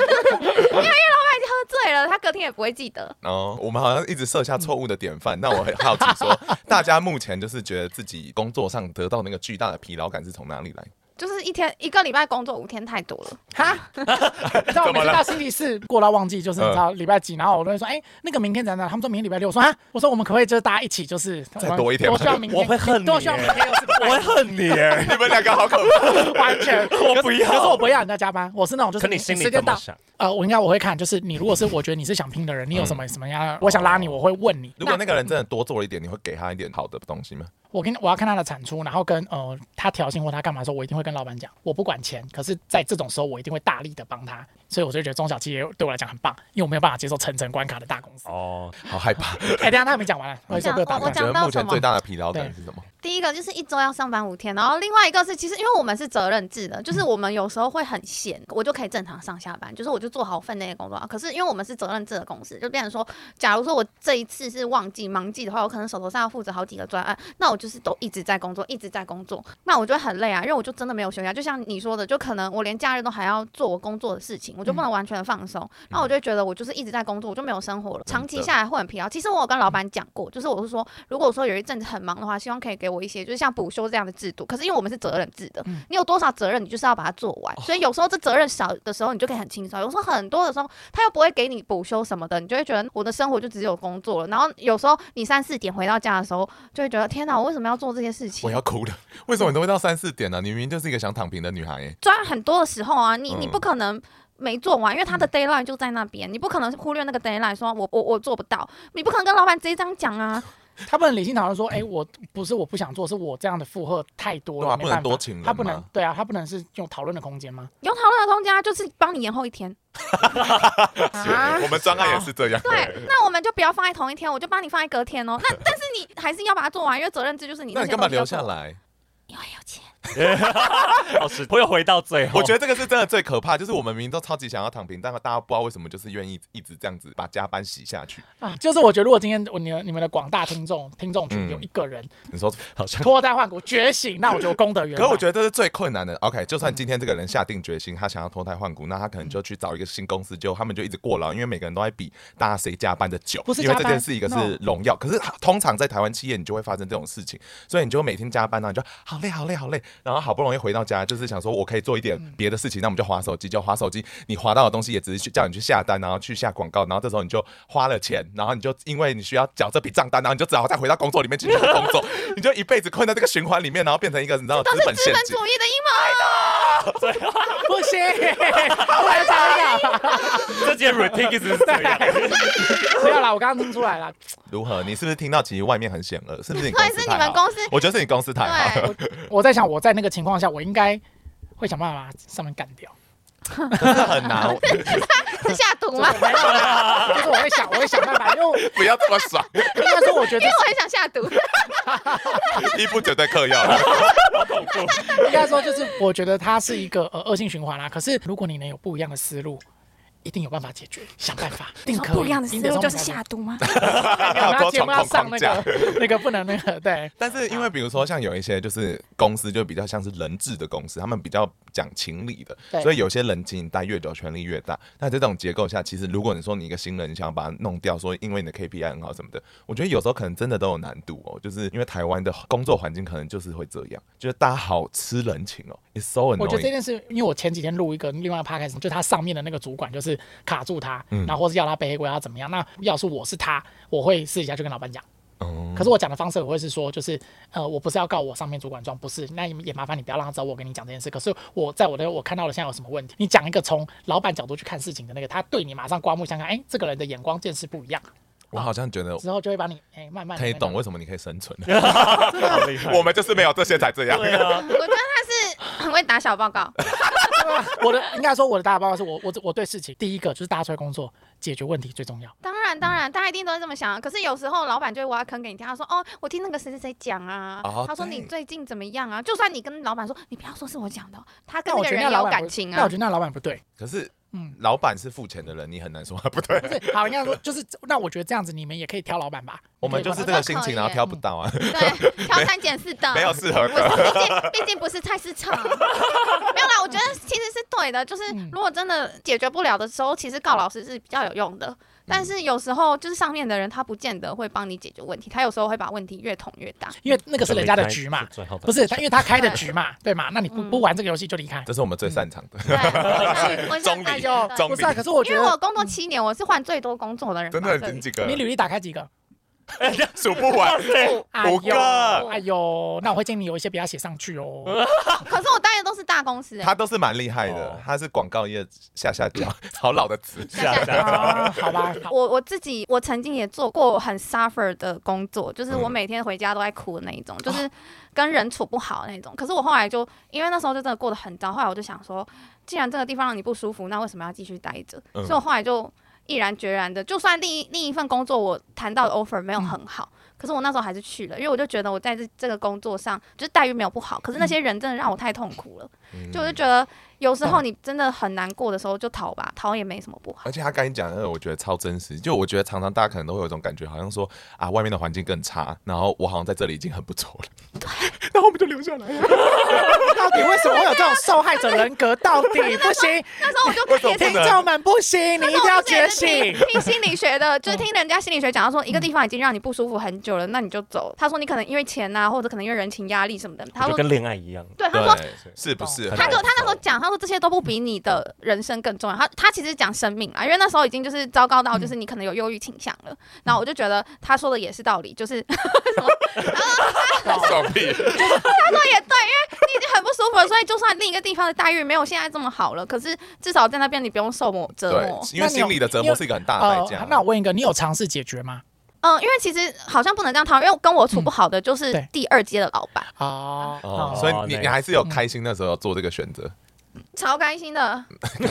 他已经喝醉了，他隔天也不会记得。
哦，我们好像一直设下错误的典范。
嗯
那我很好奇说，大家目前就是觉得自己工作上得到那个巨大的疲劳感是从哪里来？
就是一天一个礼拜工作五天太多了，
哈，你知道我每次到星期四过到忘记，就是你知
嗯
道礼拜几，然后我都会说，哎，那个明天怎样怎样？他们说明天礼拜六，我说啊，我说我们可不可以就是大家一起就是
再多一天吧
我希望明天
我会恨你
多希望明天又是
我会恨你耶！
你们两个好可怕！
完全，
我不要
可是我不会让人家加班，我是那种就是
可你心里
时间
怎么
到，
想？
呃，我应该我会看，就是你如果是我觉得你是想拼的人，你有什么什么样的，我想拉你，我会问你。
如果那个人真的多做了一点，你会给他一点好的东西吗？
我跟我要看他的产出，然后跟呃他调薪或他干嘛的时候，我一定会跟老板讲，我不管钱，可是在这种时候我一定会大力的帮他，所以我就觉得中小企业对我来讲很棒，因为我没有办法接受层层关卡的大 公司。
哦，
好害怕。
哎、等一下他还没讲完了，我说
讲
不要打
我我。
断
觉
讲
得
到
目前
什么
最大的疲劳感是什么？
第一个就是一周要上班五天，然后另外一个是其实因为我们是责任制的，
嗯
就是我们有时候会很闲，我就可以正常上下班，就是我就做好分内的工作啊。可是因为我们是责任制的公司，就变成说，假如说我这一次是忘记忙季的话，我可能手头上要负责好几个专案，那我就是都一直在工作，一直在工作，那我就会很累啊，因为我就真的没有休假。就像你说的，就可能我连假日都还要做我工作的事情，我就不能完全的放松，那、我就会觉得我就是一直在工作，我就没有生活了，
真的
长期下来会很疲劳。其实我有跟老板讲过，就是我是说，如果说有一阵子很忙的话，希望可以给我一些就是像补休这样的制度。可是因为我们是责任制的，你有多少责任，你就是要把它做完。所
哦
以有时候这责任少的时候，你就可以很轻松；有时候很多的时候，他又不会给你补休什么的，你就会觉得我的生活就只有工作了。然后有时候你三四点回到家的时候，就会觉得天哪，我为什么要做这些事情
我？要哭了。为什么你都会到三四点呢、你明明就是一个想躺平的女孩、欸。
专案很多的时候啊，你你
嗯
不可能。没做完，因为他的 d a y l i n e 就在那边，你不可能忽略那个 d a y l i n e 说我我我做不到，你不可能跟老板直接这样讲啊。
他不能理性讨论说，哎、我不是我不想做，是我这样的负荷太多
对啊
了，没
不
办
能
法
多请人
他不能
嘛，
对啊，他不能是用讨论的空间吗？
有讨论的空间啊，就是帮你延后一 天。啊，
我们专案也是这样。
对，那我们就不要放在同一天，我就帮你放在隔天哦。那但是你还是要把它做完，因为责任制就是你。
那你干嘛留下？来？
因为有钱。
老师，我又回到最后，
我觉得这个是真的最可怕，就是我们明明都超级想要躺平，但大家不知道为什么就是愿意一直这样子把加班洗下去。
啊，就是我觉得，如果今天我你们你们的广大听众听众群
嗯
有一个人
你说，
好像
脱胎换骨觉醒，那我就功德圆
可
满。
是我觉得这是最困难的。OK，就
嗯
算今天这个人下定决心，他想要脱胎换骨，那他可能就去找一个新公司，就他们就一直过劳，因为每个人都在比大家谁加班的久。
不是
因为
加
这
班
件事一个是
no
荣耀，可是通常在台湾企业你就会发生这种事情，所以你就每天加班呢，你就好累好累好累，然后好不容易回到家，就是想说我可以做一点
嗯
别的事情，那我们就划手机，就划手机，你划到的东西也只是去叫你去下单，然后去下广告，然后这时候你就花了钱，然后你就因为你需要缴这笔账单，然后你就只好再回到工作里面继续工 作，你就一辈子困在这个循环里面，然后变成一个你知道
都
资
是
本
资
陷
本
阱。
主义的阴啊
不行， 我来找一个。
这件 routine 一直是这样。
没有啦，我刚刚听出来了，
如何？你是不是听到其实外面很险恶？是不是哎你
谋。
公
对，
司
是
太
你们
好？
公司。
我觉得是你公司太好了。
对，
我在想，我在那个情况下，我应该会想办法把上面干掉。
真的很难，
是 下毒
就是
吗？
我没有啦，就是我会想，我会想办法，因为我
不要这么爽，
应该说，我觉得
因为我很想下毒，
衣服绝对嗑药 了。
应该说就是，我觉得它是一个呃恶性循环啦。可是如果你能有不一样的思路，一定有办法解决，想办法，一定可以。
哦不一样的思
一定有
路
办
就
法
是
解决
下毒吗？
然后
多
节目
重
要
框
上
框
那
架
个。那个不能那个对，
但是因为比如说像有一些就是公司就比较像是人治的公司，他们比较讲情理的，
对
所以有些人请你待越久权力越大。那这种结构下，其实如果你说你一个新人你想要把它弄掉，说因为你的 KPI 很好什么的，我觉得有时候可能真的都有难度哦，就是因为台湾的工作环境可能就是会这样，就是大家好吃人情哦，it's so annoying。
我觉得这件事，因为我前几天录一个另外 p o d c a 就他上面的那个主管就是卡住他，
嗯
然后或是要他背黑锅要怎么样。那要是我是他，我会私底下去跟老板讲。
哦
可是我讲的方式，我会是说，就是呃，我不是要告我上面主管状，不是，那也也麻烦你不要让他找我跟你讲这件事。可是我在我的我看到了现在有什么问题，你讲一个从老板角度去看事情的那个，他对你马上刮目相看，哎、这个人的眼光见识不一样，
我好像觉得
之后就会把你哎、慢慢地
可以
那个
懂为什么你可以生存，
好厉害
我们就是没有这些才这样。
对啊，
我觉得他是 很会打小报告，
我的应该说我的大报告是我我我对事情第一个就是大家出来工作解决问题最重要。
当然当然，大家一定都是这么想啊。可是有时候老板就会挖坑给你听，他说：“哦，我听那个谁谁谁讲啊
哦，
他说
对
你最近怎么样啊？”就算你跟老板说，你不要说是我讲的哦，他跟
但
那
我
个
觉
人
得那
也
老
有
板
感
不
情
但
啊
我觉。得那老板不对，
可是
嗯，
老板是付钱的人，你很难说 他不对。
不是好，应该说就是那我觉得这样子你们也可以挑老板吧。
我们
你可
就
以
是
帮
这个心情，然后挑不到啊，
对，挑三拣四 的，
没有适合
不
的。
是，毕竟毕竟不是菜市场。 没有啦，我觉得其实是对的，就是
嗯
如果真的解决不了的时候，其实告老师是比较有用的。但是有时候就是上面的人他不见得会帮你解决问题，他有时候会把问题越捅越大。
因为那个是人家的局嘛，
最后的
不是他，因为他开的局嘛，对嘛？那你不
嗯
不玩这个游戏就离开。
这是我们最擅长的。
对，我是
中立
哎
哎呦
呦，
中
不是啊，可是我
因
觉
为我
得
工作七年，我是换最多工作的人嘛，
真的
这
有
里
几个
你履历打开几个？
数不完，
哎
五个
呦，哎呦，那我会建议你有一些不要写上 去哦。
可是我待的都是大公司、
他
欸，
都是蛮厉害的
哦，
他是广告业下下角， 好老的词。
下下
啊，好吧， 好
我我自己我曾经也做过很 suffer 的工作，就是我
嗯哦
每天回家都在哭的那一种，就是跟人处不好的那种。可是我后来就因为那时候就真的过得很糟，后来我就想说，既然这个地方让你不舒服，那为什么要继续待着？
嗯
所以我后来就毅然决然的，就算另一另一份工作我谈到的 offer
嗯
没有很好。可是我那时候还是去了，因为我就觉得我在这这个工作上就是待遇没有不好，可是
嗯
那些人真的让我太痛苦了，就我就觉得有时候你真的很难过的时候就逃吧，逃也没什么不 好。
而且他刚才讲的那个，我觉得超真实。就我觉得常常大家可能都会有一种感觉，好像说啊，外面的环境更差，然后我好像在这里已经很不错了。然后我们就留下来了。
到底为什么会有这种受害者人格？到底不行，
那时候我就
为什么不
听
能
众们不行，你一定要觉
听
醒。嗯
听心理学的，就是听人家心理学讲到说，一个地方已经让你不舒服很久了，那你就走。他说你可能因为钱呐、或者可能因为人情压力什么的。他
就
说
跟恋爱一样。
对，他说。
是不是？
他就他那时候讲，他说这些都不比你的人生更重要。他他其实讲生命啊，因为那时候已经就是糟糕到就是
嗯
你可能有忧郁倾向了。然后我就觉得他说的也是道理，就是 他
爽屁！
说也对，因为你已经很不舒服了，所以就算另一个地方的待遇没有现在这么好了，可是至少在那边你不用受磨折
对
磨。，
因为心理的折磨是一个很大的代价。
哦那我问一个，你有尝试解决吗？
嗯，因为其实好像不能这样讨论，因为跟我处不好的就是
嗯对
第二阶的老板，
哦，
哦，
哦
所以你
那个
你还是有开心那时候做这个选择，
超开心的。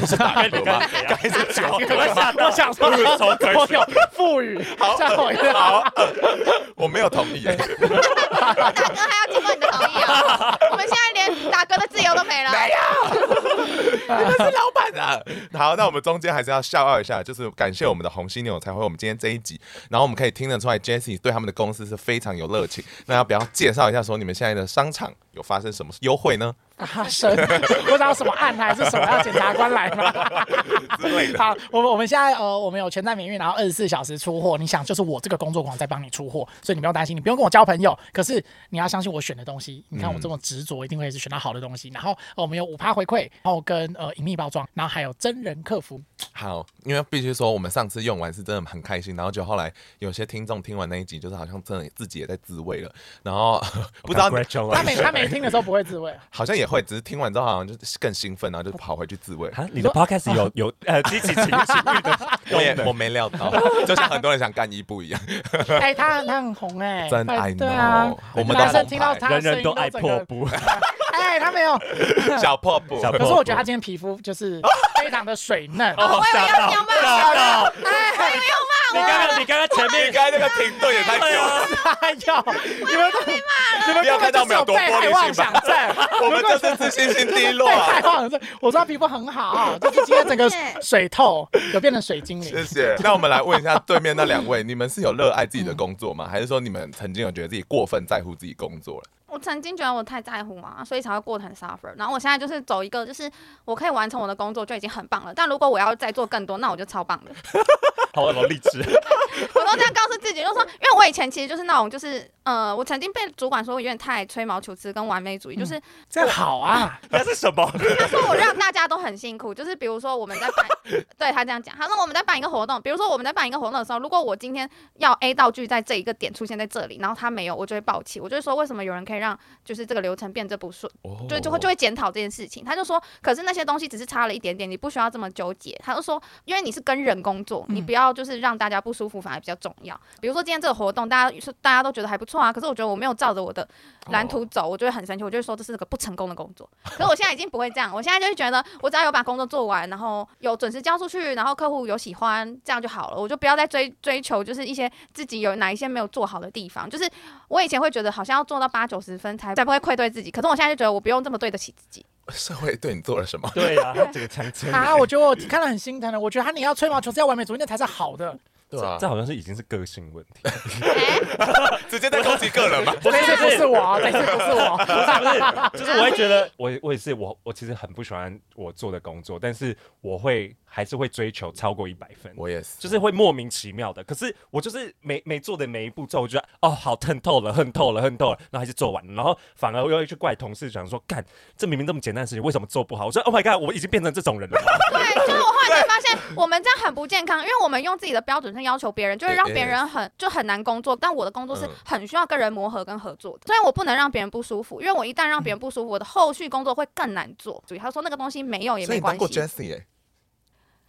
是打嗝吗？
开始讲，
我想，我想说，我有赋予，吓我一跳。
好，我没有同意耶，
大哥还要经过你的同意哦。 我们现在连打嗝的自由都没了。
没我是老板啊。好，那我们中间还是要笑傲一下，就是感谢我们的红犀牛才会我们今天这一集，然后我们可以听得出来 Jesse i 对他们的公司是非常有热情。那要不要介绍一下说你们现在的商场有发生什么优惠呢？
啊，神，不知道什么案还是什么，要检察官来吗？好，我们我们现在呃，我们有全站免运，然后二十四小时出货。你想，就是我这个工作狂在帮你出货，所以你不用担心，你不用跟我交朋友。可是你要相信我选的东西，你看我这么执着，一定会是选到好的东西。然后、呃我们有五趴回馈，然后跟呃隐秘包装，然后还有真人客服。
好，因为必须说我们上次用完是真的很开心，然后就后来有些听众听完那一集，就是好像真的自己也在自慰了，然后 不知道你
他每他每听的时候不会自慰，
好像也会，只是听完之后好像就是更兴奋，然后就跑回去自慰。
啊，你的 podcast 有有呃激起情情欲的
我也我没料到，就像很多人想干一不一样。
哎、他他很红哎、
真
哎
I
对啊
know，我们都
男生
红
听到
牌
他 的
人
声
人
音
都爱
整个
破布，
哎、他没有。
小破布，
小
可
破
是我觉得他今天皮肤 就是非常的水嫩，
我以为要
吓
要
到
骂
吓
哦
到！
哎，
你刚刚你刚刚前
你
面
刚才那个停顿也太
对
久了。
啊，
哎呦， 你们你们
不要
根
看到我们
本就是
有
有
多
被
玻
害
璃
妄
心
想
吧
症，
我们就是自信心低落啊
被。害妄想症。我说他皮肤很好，但是今天整个水透，有变成水精
谢
灵。
谢。那我们来问一下对面那两位，你们是有热爱自己的工作吗？还是说你们曾经有觉得自己过分在乎自己工作了？
我曾经觉得我太在乎嘛，所以才会过得很 suffer。然后我现在就是走一个，就是我可以完成我的工作就已经很棒了。但如果我要再做更多，那我就超 棒的。
好好励志，
我都这样告诉自己，就说，因为我以前其实就是那种，就是呃，我曾经被主管说我有点太吹毛求疵跟完美主义，就是
这样好啊，
那是什么？
他说我让大家都很辛苦，就是比如说我们在办，对他这样讲，他说我们在办一个活动，比如说我们在办一个活动的时候，如果我今天要 A 道具在这一个点出现在这里，然后他没有，我就会爆气，我就会说为什么有人可以让就是这个流程变这不顺，
哦
就就会就会检讨这件事情。他就说，可是那些东西只是差了一点点，你不需要这么纠结。他就说，因为你是跟人工作，你不要就是让大家不舒服，反而比较重要。比如说今天这个活动，大家说大家都觉得还不错啊，可是我觉得我没有照着我的蓝图走，我就会很生气，我就会说这是个不成功的工作。 可是我现在已经不会这样，我现在就是觉得我只要有把工作做完，然后有准时交出去，然后客户有喜欢，这样就好了。我就不要再追追求就是一些自己有哪一些没有做好的地方。就是我以前会觉得好像要做到八九十分才才不会愧对自己，可是我现在就觉得我不用这么对得起自己。
哦社会对你做了什么？
对啊，他整个强奸
啊，我觉得我看了很心疼的。我觉得他你要吹毛求疵，要完美主义，那才是好的。
对啊
这，好像是已经是个性问题，
直接在攻击个人吧。
这次不是我，这次不是 我，啊
就是我会觉得我我也是我我其实很不喜欢我做的工作，但是我会还是会追求超过一百分。
我也是，
就是会莫名其妙的。可是我就是每每做的每一步骤，我觉得哦，好恨透了，恨透了，恨透了，然后还是做完了，然后反而又会去怪同事，想说干这明明这么简单的事情，为什么做不好？我说 Oh my god，我已经变成这种人了。
对，就是我后来才发现，我们这样很不健康，因为我们用自己的标准去要求别人，就会让别人很就很难工作。但我的工作是
嗯
很需要跟人磨合跟合作的，虽然我不能让别人不舒服，因为我一旦让别人不舒服，我的后续工作会更难做。所以他说那个东西没有也
所以
没
你
关
当过
系。
Jessie 哎，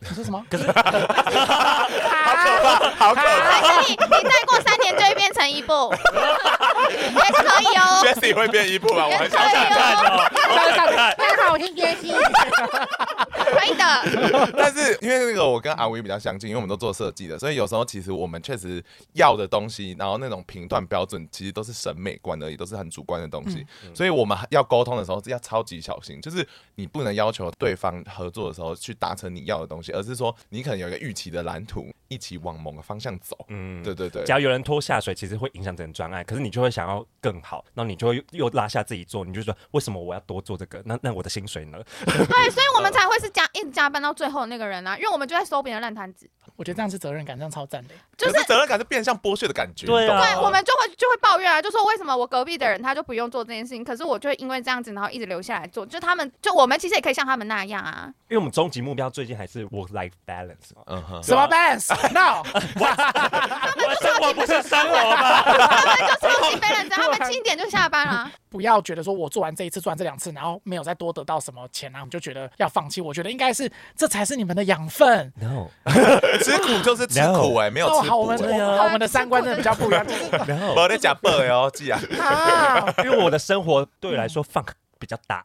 你说什么？
好可怕，好可怕
还哎是你你再过三年就会变成一部，也可以哦。
，Jessie 会变一步吧？我 很想
可
想
以
看。
哦，
大家好，我是 Jessie。
可以
哦
的。
但是因为那个我跟阿威比较相近，因为我们都做设计的，所以有时候其实我们确实要的东西，然后那种评断标准其实都是审美观而已，都是很主观的东西。所以我们要沟通的时候要超级小心，就是你不能要求对方合作的时候去达成你要的东西，而是说你可能有一个预期的蓝图，一起往某个方向走。
嗯，
对对对，
假如有人拖下水，其实会影响整个专案，可是你就会想要更好，然后你就会又拉下自己做，你就说为什么我要多做这个？那那我的薪水呢？
对，所以我们才会是加一直加班到最后的那个人啊，因为我们就在收别人烂摊子，
我觉得这样是责任感，这样超赞的。
就
可是责任感是变相剥削的感觉。
对啊
你懂吗
对，我们就会就会抱怨啊，就说为什么我隔壁的人他就不用做这件事情，可是我就会因为这样子，然后一直留下来做。就他们，就我们其实也可以像他们那样 啊。
因为我们终极目标最近还是 work life balance 嘛。
嗯哼，
什么 balance？No，
我生活不是生活吗？
他们就超级被认真，他们七点就下班啦。
不要觉得说我做完这一次赚这两次，然后没有再多得到什么钱啊，你就觉得要放弃。我觉得应该是这才是你们的养分。
No，
吃苦就是吃苦哎、没有
哦，
吃
好，我
苦、
们
欸。
我好我们的三观真的比较不一样。就是
然后
我在讲笨哦，记啊，
啊，
因为我的生活对我来说放比较 大，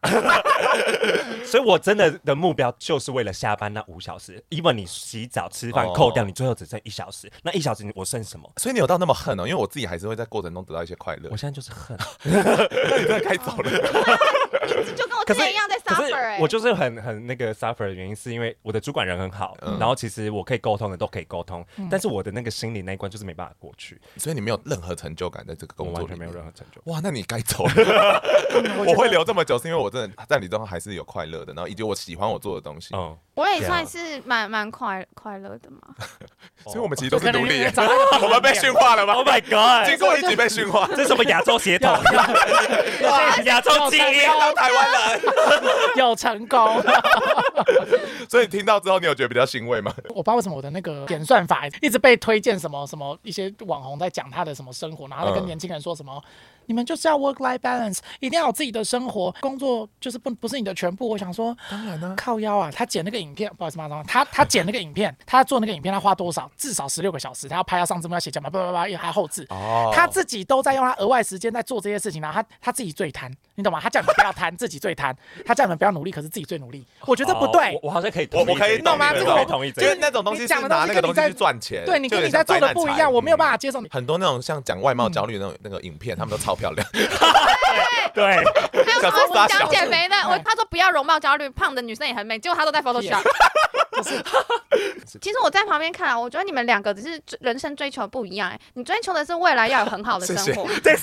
所以我真的的目标就是为了下班那五小时。even 你洗澡、吃饭
哦
扣掉，你最后只剩一小时，那一小时你我剩什么？
所以你有到那么恨哦？因为我自己还是会在过程中得到一些快乐
我。现在就是恨。
那你真的该走了。
就跟我
可
之
是
前一样在
可
suffer 哎、
是我就是很很那个 suffer 的原因，是因为我的主管人很好，
嗯
然后其实我可以沟通的都可以沟通，
嗯
但是我的那个心理那一关就是没办法过去，
所以你没有任何成就感在这个
我
工作
完
里
全
面，
没有任何成就。
哇，那你该走了。
嗯
我
我觉得
会留这么久，是因为我真的在你中还是有快乐的，然后以及我喜欢我做的东
哦
西。
嗯，
我也算是蛮蛮快快乐 的嘛。
所以我们其实
就
都是
可能
奴
你
隶
也
耶，
找到一个
我们被驯化了吗
Oh？my Oh God！
经过一集被驯化，
这是什么亚洲血统？亚洲基因？
到台湾人。
有成功。
所以你听到之后，你有觉得比较欣慰吗？
我不知道为什么我的那个演算法一直被推荐什么什么一些网红在讲他的什么生活，然后在跟
嗯
年轻人说什么。你们就是要 work life balance，一定要有自己的生活，工作就是不不是你的全部。我想说，
当然呢，
靠腰啊！他剪那个影片，不好意思，马上他他剪那个影片， 他做那个影片，他花多少？至少十六个小时，他要拍，要上字幕，要写脚本，叭叭叭，还要后置。
哦
他自己都在用他额外时间在做这些事情，然后他他自己最贪，你懂吗？他叫你们不要贪，自己最贪；他叫你们不要努力，可是自己最努力。我觉得这不对
哦。我我好像可以同
我
意这
我
一点，
可以
懂吗
我
这个
可以
我
同意这
就
一
是
点
那种东西是
你讲的东
拿
西
那个东西
跟你
去
在
赚钱，
对你
就有
跟你
点
在
像
做
灾难
的不一
财
样，我没
嗯
有办法接嗯受你。
很多那种像讲外貌焦虑的那种那个影片，他们都超漂亮。
对，
还有什
小时候
么
傻
想
小
减肥的？我
嗯
他说不要容貌焦虑，胖的女生也很美，结果他都在 Photoshop。其实我在旁边看啊，我觉得你们两个只是追人生追求不一样、欸。你追求的是未来要有很好的生
谢谢
活，
对，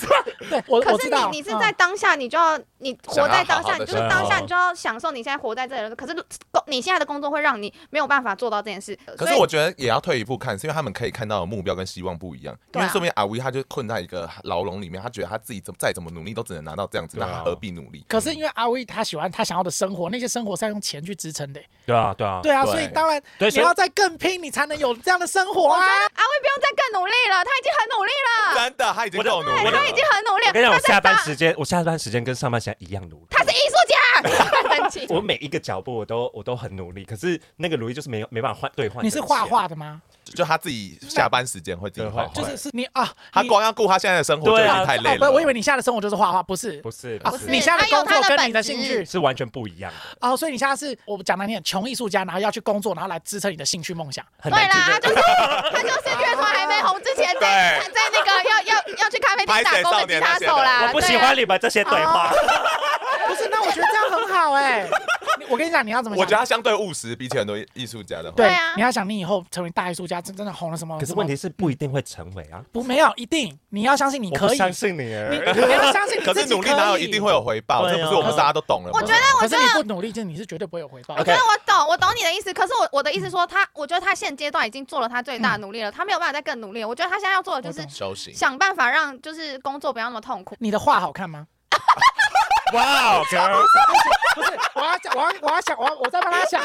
我我
可
知
是
道，
你你是
嗯
在当下，你就要你活在当下，
想
你
要好好地
就是
生
当下，
活
你就要享受你现在活在这里。可是工你现在的工作会让你没有办法做到这件事。
可
所
是
以
我觉得也要退一步看，是因为他们可以看到的目标跟希望不一样。因
对啊
为说明阿威他就困在一个牢笼里面，他觉得他自己怎么再怎么努力都只能拿到这样子，
对
那
啊
他何必努力？嗯
可是因为阿威他喜欢他想要的生活，那些生活是要用钱去支撑的欸。
对啊，对啊，
对啊，
对
所以当然
对
你
所以
要再更拼，你才能有这样的生活
我觉
啊
得。阿威不用再更努力了，他已经很努力了，
真的，他已经够努
我
力
的
他已
了。
经很努力了。
我跟你讲，我
他在
下班
打
时间，我下班时间跟上班时间一样努力。
他是艺 术家，生气。
我每一个脚步我都我都很努力，可是那个努力就是没有没办法换兑换。
你是画，画的吗？
就他自己下班时间会自己画画，
对
就是是你啊，
他
你
光要顾他现在的生活就已
对啊
经太累
哦不
了。
我以为你现在的生活就是画画，不是？
不是
啊
不是
是
你现在的
他
工
有他
作
的
跟你的
本
兴
质
趣
是完全不一样的，
哦，所以你现在是我讲难听点，穷艺术家，然后要去工作，然后来支撑你的兴趣梦想。
很
对
难
啦，
听
他
的。
就是他就是乐团还没红之前在，在
对
在那个要要要去咖啡厅打工的吉他手啦，
我不喜
对啊
欢你们这些对话，
不是，那我觉得这样很好哎、你我跟你讲，你要怎么
我
想？
觉得他相对务实，比起很多艺术家的话。
对
对啊
你要想你以后成为大艺术家，真真的红了什么？
可是
什么
问题是不一定会成为啊，
不没有一定，你要相信你
我不
可以，
相信你
你
耶。
你要相信你
可
自
是
己
努力哪有
可以
一定会有回报？
对
这
啊
不是我们大家都懂了吗？
我觉得，我
可
觉
是你
得
不努力，就是你是绝对不会有回报。
我觉得我懂，我懂你的意思。可是我我的意思说，他，我觉得他现阶段已经做了他最大的努力了，他没有办法再更努力了。我觉得他现在要做的就是
修行。
想办法让就是工作不要那么痛 苦。
你的画好看吗？
哇哦，girl，
不是，我要讲，我要我要想，我要我在帮 他想。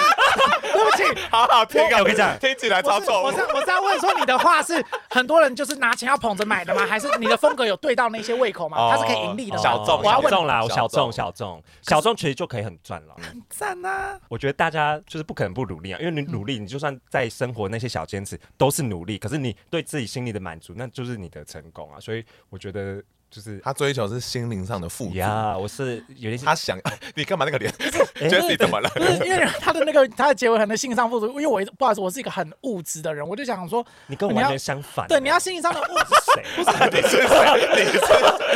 对不起，
好好听啊！
我跟你讲
听起来
我
超
是
臭。
我是我是要问说，你的画是很多人就是拿钱要捧着买的吗？还是你的风格有对到那些胃口吗？
哦
它是可以盈利的吗。
小众
我要问
小众
众啦，我
小
小
众
众小众小众其实就可以很赚 了。
赞 啊！
我觉得大家就是不可能不努力啊，因为你努力，你就算在生活那些小坚持都是努力，可是你对自己心里的满足，那就是你的成功啊。所以我觉得就是
他追求是心灵上的富足。
呀，我是有点
啊
他想， 你干嘛那个脸
哎
？Jesse 怎么了？
不是因为他的那个他的结尾很的性上富足，因为我一不好意思，我是一个很物质的人，我就想说，
你跟我完全相反。
对，你要心灵上的物质。
谁啊？
你是谁？你是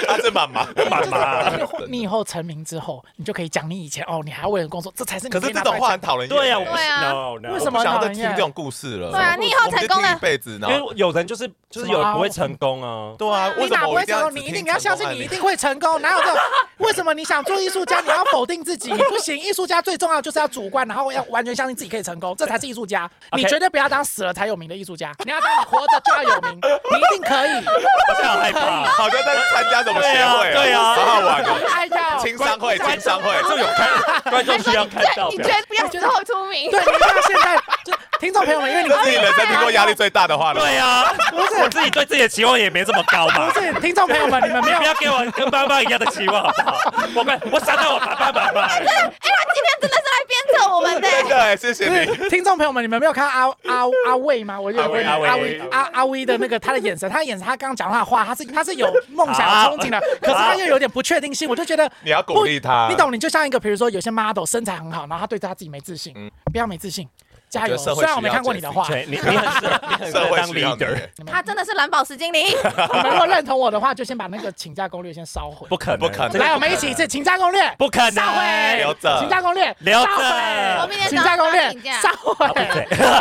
他是妈妈，妈
你以后你以后成名之后，你就可以讲你以前哦，你还为了工作，这才是 你
可
可以
是这
拿
种
出
话
来
很讨人厌。
对啊，我
我
不
对啊
，no no，
为什
不
么
想要再听这种故事了。
对啊你以后
我们就
成功了
听一辈子，然
因
后
为有人就是就是有人不会成功啊。
对啊，
你
为什
哪
么
不
我
会
一定
成
要
功？
只听
你一定你要相信，
成功案
你
例
一定会成功。哪有这种？为什么你想做艺术家，你要否定自己？你不行，艺术家最重要就是要主观，然后要完全相信自己可以成 功，这才是艺术家。你
OK
绝对不要当死了才有名的艺术家，你要当你活着就要有名，你一定可以。
我好害怕，
好像在参加什么协
对啊
会哦
对啊
好好玩哦。
哎呀，
青商会，青商会，
这有看观众
他说
需要
你
看到
对，你
表
觉
情。
得不要之后出名，
对，你一定要现在就听众朋友们，因为你
这是你人生听过压力最大的话了。
对啊，
不是
我自己对自己的期望也没这么高嘛。
不是听众朋友们，你们没 有
不要给我跟妈妈一样的期望，好不好？我跟我想到我爸爸妈妈，
哎，他今天真的是来鞭策我 们的。
真的哎，谢谢你。
对， 听众朋友们，你们没有看阿阿阿魏吗？我就
阿魏
阿
阿
魏
魏
阿阿威的那个他的眼神，他的眼神，他刚刚讲话的话，他是他是有梦 想
啊
憧憬的，可是他又有点不确定性，我就觉得
你要鼓励他
不你懂？你就像一个，比如说有些 model 身材很好，然后他对他自己没自信，不要没自信，加
嗯
油！
我觉得社会
虽然我没看过你的画，
对你，你很适合，你很适
社
合
会
当
需要你
leader，
他真的是蓝宝石精 灵，
你们如果认同 我的话，就先把那个请假攻略先烧毁
不。可能，
不可能
来，我们一起一次请假攻略，
不可
烧毁，
能，
留着
请假攻略，
留着
烧毁
我明天
请假攻略
早上请假，
烧毁，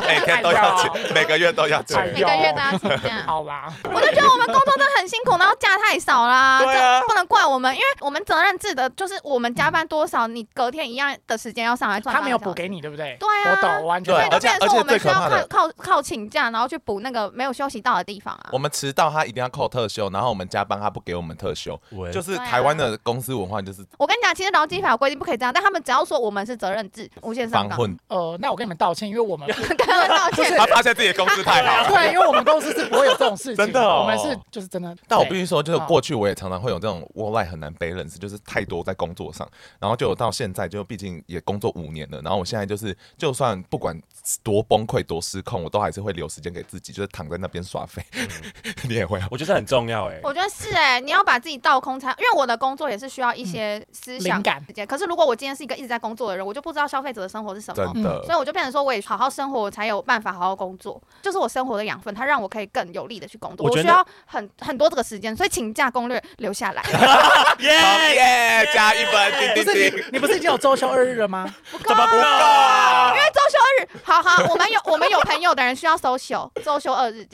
每天都 要请，每个月都要请。啊
哎
每
呦
个月都要请 假。
好啦。
我就觉得我们工作真的很辛苦，然后假太少啦，
对啊
这不能怪我们，因为我们责任制的，就是我们加班多少，你隔天一样的时间要上来赚。
他没有补给，你，对不对？
对啊
我懂，我完全
所以
对
就变成
懂。
而且
说我们需要
而且最可怕的
靠靠靠请假，然后去补那个没有休息到的地方啊。
我们迟到，他一定要扣特休，然后我们加班，他不给我们特休
喂，
就是
啊
台湾的公司文化就是
我跟你讲，其实劳基法有规定不可以这样，但他们只要说我们是责任制，无限上
防
纲。
混。
呃，那我跟你们道歉，因为我们
跟他们道歉。
他发现自己的公司太好了。
对，因为我们公司是不会有这种事情，
真的哦
我们是就是真的。
但我必
对嗯
须说，就是过去我也常常会有这种 work life 很难 balance，就是太多在工作上，然后就有到现在，就毕竟也工作五年了，然后我现在就是就算不管多崩溃、多失控，我都还是会留时间给自己，就是躺在那边耍废。
嗯
你也会啊？
我觉得很重要哎，
我觉得是哎、你要把自己倒空才，因为我的工作也是需要一些思想
灵感
时间。可是如果我今天是一个一直在工作的人，我就不知道消费者的生活是什么，
真的
所以我就变成说，我也好好生活，我才有办法好好工作。就是我生活的养分，它让我可以更有力的去工作。
我
我
觉得
需要很很多这个时间，所以请假攻略留下来。
好
耶，
耶，加一分，
不
叮叮
是
叮。
你，你不是已经有周休二日了吗？
不够
怎么
啊，
不够啊
因？为周休二日，好好，我们有我们有朋友的人需要周休周休二日，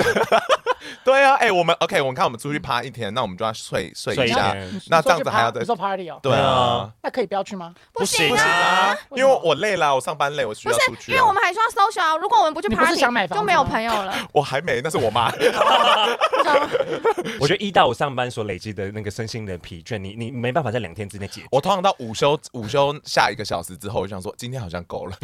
对啊，哎，我们 OK，我们看我们出去趴一天，那我们就要睡睡
睡
一
一
下
天，
那这样子还要
你
再
说 party- 你说 party 哦，
对
对
啊
啊。
那可以不要去吗？
不行
不行
啊。
啊，
为
因
什
为
么
我累啦，我上班累，我需
不
要
是
出，去
因
啊。
为我们还需要收 o 啊！如果我们不去
你不是
party，
想买房
就
子
没有
吗
朋友 了。
我还没，那是我妈。
我觉得一到五上班所累积的那个身心的疲倦，你你没办法在两天之内解决。
我通常到午休午休下一个小时之后，我就想说今天好像够了。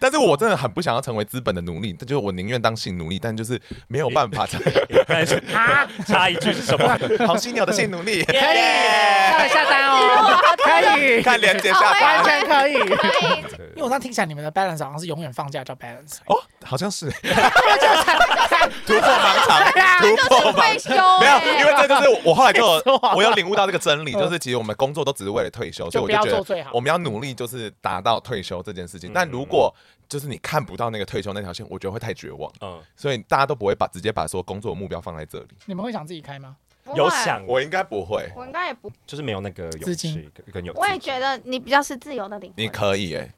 但是我真的很不想要成为资本的奴隶，这就是我宁愿当性奴隶，但就是没有办法成为
但是
啊，
插一句是什么？
好犀鸟的性奴 隶。
可以，要下单哦，可以，
看连接 下
好
哦完
我
班
也
全可以。
所以
嗯
因为我刚听起来你们的 balance 好像是永远放假叫 balance，
哦，好像是
突
突破盲肠
对啊，
突
就是
破
退
盲
休、欸，
肠。没有，因为这就是我后来就有
气死我了
我有领悟到这个真理，就是其实我们工作都只是为了退休，所
就
以我
不
就
要
觉
做最
得
好
我们要努力，就是达到退休这件事情。但如果就是你看不到那个退休那条线，我觉得会太绝望，
嗯，
所以大家都不会把直接把说工作的目标放在这里。
你们会想自己开吗？
不
有
会
想，
我应该不会，
我应该也不，
就是没有那个勇
资
气
金
跟跟勇
我也
气。
觉得你比较是自由的灵魂，
你可以 哎，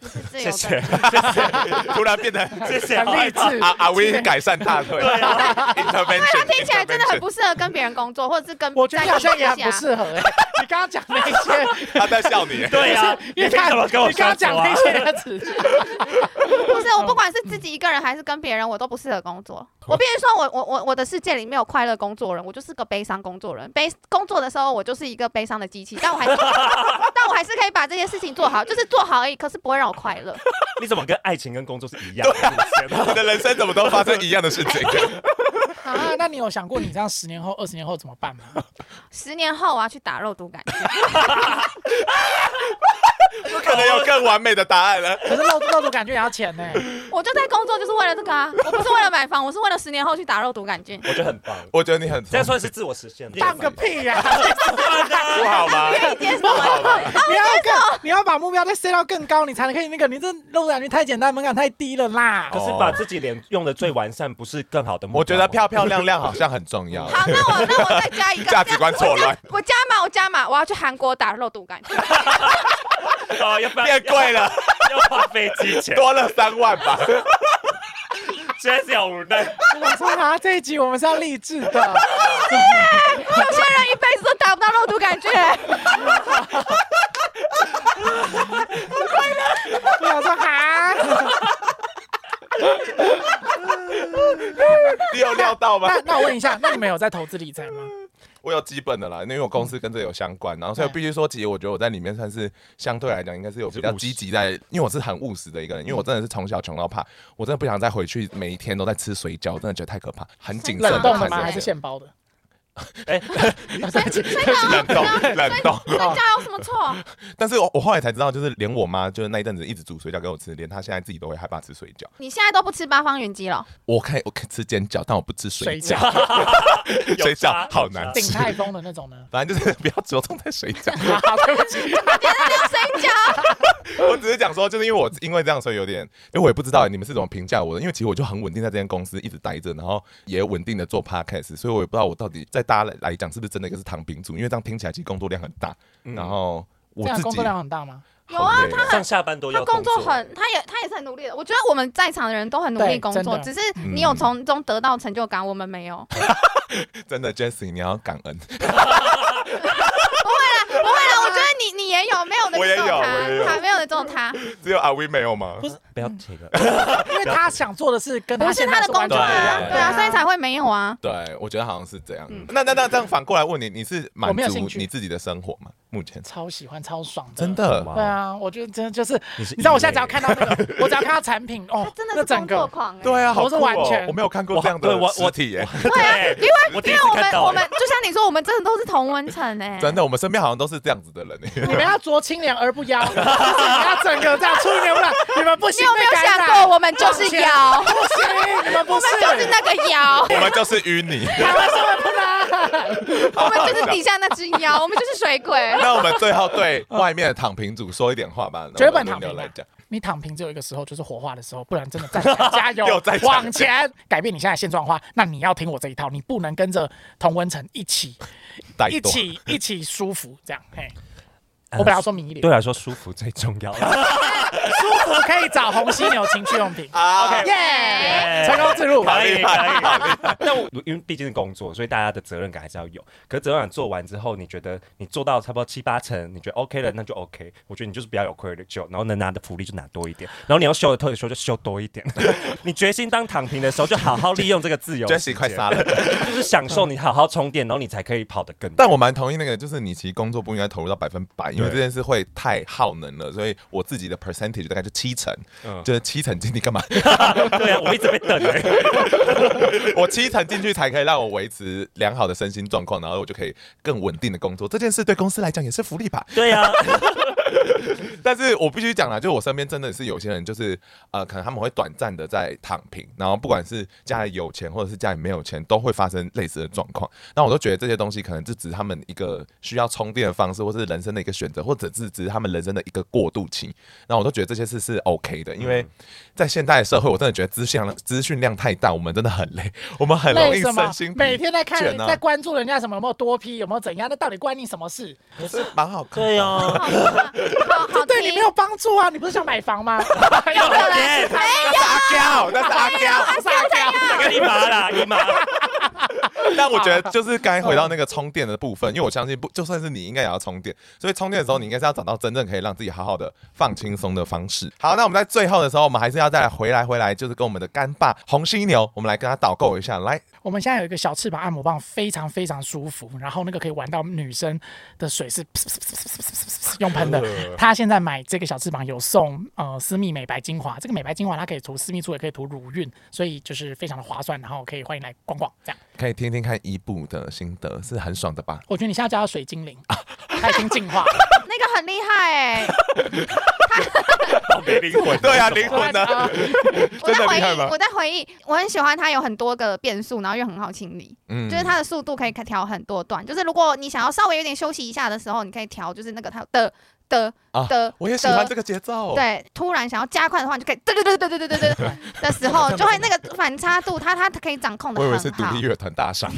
你是自
谢
由
谢
的。，
突然 变 得啊
谢谢，啊哎好害
很励
怕
志
阿阿威改善大 腿，intervention，
啊
他哎听起来真的很不适合跟别人工作，或者是跟
我觉得
在
你好像也很
公
不
司
适合哎、你刚刚讲那 些，
他在 笑啊你，
对啊 呀，
你
凭
看
什么跟我
你刚
相
刚
处
讲
啊
那？些词，
啊。不是，我不管是自己一个人还是跟别人，我都不适合工作。我必须说我，我我我的世界里没有快乐工作人，我就是个悲伤工作人。悲工作的时候，我就是一个悲伤的机器，但我还是 但我还是可以把这些事情做好，就是做好而已，可是不会让我快乐。
你怎么跟爱情跟工作是一样的？
你的人生怎么都发生一样的事情？
啊，那你有想过你这样十年后、二十年后怎么办吗？
十年后我要去打肉毒杆菌，
不可能有更完美的答案了。
可是露露出感觉也要钱呢、
我就在工作就是为了这个啊，我不是为了买房，我是为了十年后去打肉毒杆菌。
我觉得很棒，
我觉得你很
这样算是自我实现。
当个屁呀、
啊
不好吗？
接受啊
你要更，你要把目标再 set 到更高，你才能可以那个。你这露出感觉太简单，门槛太低了啦
可。是把自己脸用的最完善，不是更好的目标吗？
我觉得漂漂亮亮好像很重要。
好，那我那我再加一个
价值观错乱，
我加码，我加码，我要去韩国打肉毒杆菌。
哦，要不要
变贵了，
要花飞机 钱，
多了三万 吧。
真是有无 奈。
我说啊，这一集我们是要励志的，
有些人一辈子都打不到肉毒杆菌、欸，
我想说啊，
你有料到吗？
那那我问一下，那你们有在投资理财吗？
我有基本的啦，因为我公司跟这有相关，然后所以
对
必须说，其实我觉得我在里面算是相对来讲应该是有比较
是务实
积极在，因为我是很务实的一个人，
嗯
因为我真的是从小穷到怕，我真的不想再回去每一天都在吃水饺，我真的觉得太可怕，很谨慎地
冷冻的
看
吗？
着
还是现包的？
哎，
冷冻冷冻。
睡觉有什么错？
但是我我后来才知道，就是连我妈就是那一阵子一直煮水饺给我吃，连她现在自己都会害怕吃水饺。
你现在都不吃八方云集了，
我可以我可以吃煎饺，但我不吃水
水
饺，
有
水
差
饺好难
鼎
吃。
泰丰的那种呢？
反正就是不要着重在水饺，
啊，对不起，
谁讲？
我只是讲说，就是因为我因为这样，所以有点，因为我也不知道你们是怎么评价我的，因为其实我就很稳定在这间公司一直待着，然后也稳定的做 podcast，所以我也不知道我到底在大家来讲是不是真的一个是躺平族，因为这样听起来其实工作量很大，然后
嗯这
我
样
自
工
己
作量很大吗？
有啊
好累哦
上下班都
他
要
工作
作
很，他也他也是很努力的。我觉得我们在场的人都很努力工作，
对真
只是你有从中得到成就感，我们没有。
真的 Jessie 你要感恩，
不会啦，我觉得你你也有，没有的
我
只
也
有
有我也有
他，他没有的只有他，
只有阿威没有吗？
不要提了。
因为他想做的事跟
不
他
是
现
他
在
的
是完
工作
全不一
啊，
样，
对啊，所以才会没有啊。
对，我觉得好像是这样。那那那这样反过来问你，你是满
嗯我没有
足
兴趣
你自己的生活吗？目前
超喜欢，超爽的，
真。的
哇
对啊，我觉得真的就是，
你
你
是
知道我现在
异类
只要看到那个，我只要看到产品哦
他，真的
那
是
整
工作
个
狂哎、
对啊，好
我是
酷哦
完全
我没有看过
我
这样的
对我
实体耶。
对啊，因为
我第
因
一
为
次
我
看
们
到哎
我们就像你说，我们真的都是同温层哎，
真的，我们身边好像都是这样子的人耶。
你们要濯清凉而不妖，就是你要整个这样出牛奶，你们不
你
行
有没
被
有
感
想
染
过，我们就是妖，
不行，你们不
我
是，
们就是那个 妖，
我们就是淤 泥。
台湾社会不能。
我们就是底下那只妖，我们就是水 鬼。
那我们最后对外面的躺平主说一点话吧。
绝版
那我们轮
躺平
流
啊
来讲，
你躺平只有一个时候，就是火化的时候，不然真的站起来加油，
又在讲
往前，改变你现在的现状的话，那你要听我这一套，你不能跟着同温层一起
带
一
动。，
起一起舒服这样。嘿，我本来要说迷恋
对，我来说舒服最重要。
舒服可以找红犀牛情趣用品
啊
OK
耶！
成功哎之路。
可以可 以。但我因为毕竟是工作，所以大家的责任感还是要有。可是责任感做完之后，你觉得你做到差不多七八成，你觉得 OK 了，那就 OK。我觉得你就是不要有愧疚，然后能拿的福利就拿多一点，然后你要休的特休就休多一点。 你决心当躺平的时候，就好好利用这个自由
j
时
e s
间。
s i e 快杀了！
就是享受你好好充电，然后你才可以跑得更
但
远。
我蛮同意那个，就是你其实工作不应该投入到百分百，因为
对
这件事会太耗能了。所以我自己的 percentage 大概就七成，
嗯
就是七成精力干嘛？
对啊，我一直被等哎、
我七成进去才可以让我维持良好的身心状况，然后我就可以更稳定的工作。这件事对公司来讲也是福利吧。
对啊，
但是我必须讲啦，啊就我身边真的是有些人，就是呃，可能他们会短暂的在躺平，然后不管是家里有钱或者是家里没有钱，都会发生类似的状况。那我都觉得这些东西可能就只是他们一个需要充电的方式，或是人生的一个选择，或者是只是他们人生的一个过渡期。那我都都觉得这些事是 OK 的，因为在现代社会，我真的觉得资讯量资讯量太大，我们真的很累，我们很容
累
易
什么
身心？疲
每天在看、
倦啊
在关注人家什么有没有多批，有没有怎样？那到底关你什么事？
可是蛮好看的。
对哦，
啊
好好好
对你没
听。
有帮助啊！你不是想买 房吗？有
哎
那是阿娇，那是阿娇。
撒 娇。
跟姨妈啦，姨妈。
但我觉得就是该
嗯
回到那个充电的部分，因为我相信不，就算是你应该也要充电，所以充电的
嗯
时候你应该是要找到真正可以让自己好好的放轻松的方式。好，那我们在最后的时候，我们还是要再来回来回来，就是跟我们的干爸红犀牛，我们来跟他导购一下。来，
我们现在有一个小翅膀按摩棒，非常非常舒服，然后那个可以玩到女生的水是噗 噗噗噗噗噗噗噗用喷的。
呃
他现在买这个小翅膀有送呃私密美白精华，这个美白精华它可以涂私密处，也可以涂乳晕，所以就是非常的划算，然后可以欢迎来逛逛。这样，
可以听听看伊布的心得，是很爽的吧？
我觉得你现在叫它水精灵，
啊
它已经进化 了。
那个很厉害哎、
灵魂
对啊，灵魂呢？
我在
真的
回
厉害
忆
吗，
我在回忆，我很喜欢它有很多个变数，然后又很好清理，
嗯
就是它的速度可以调很多段。就是如果你想要稍微有点休息一下的时候，你可以调，就是那个它的的
啊
的，
我也喜欢这个节奏。，
对，突然想要加快的话，你就可以对对对对对对对 对的时候，就会那个反差度，它它可以掌控的
我以
很
为
好，
是独立乐团大赏，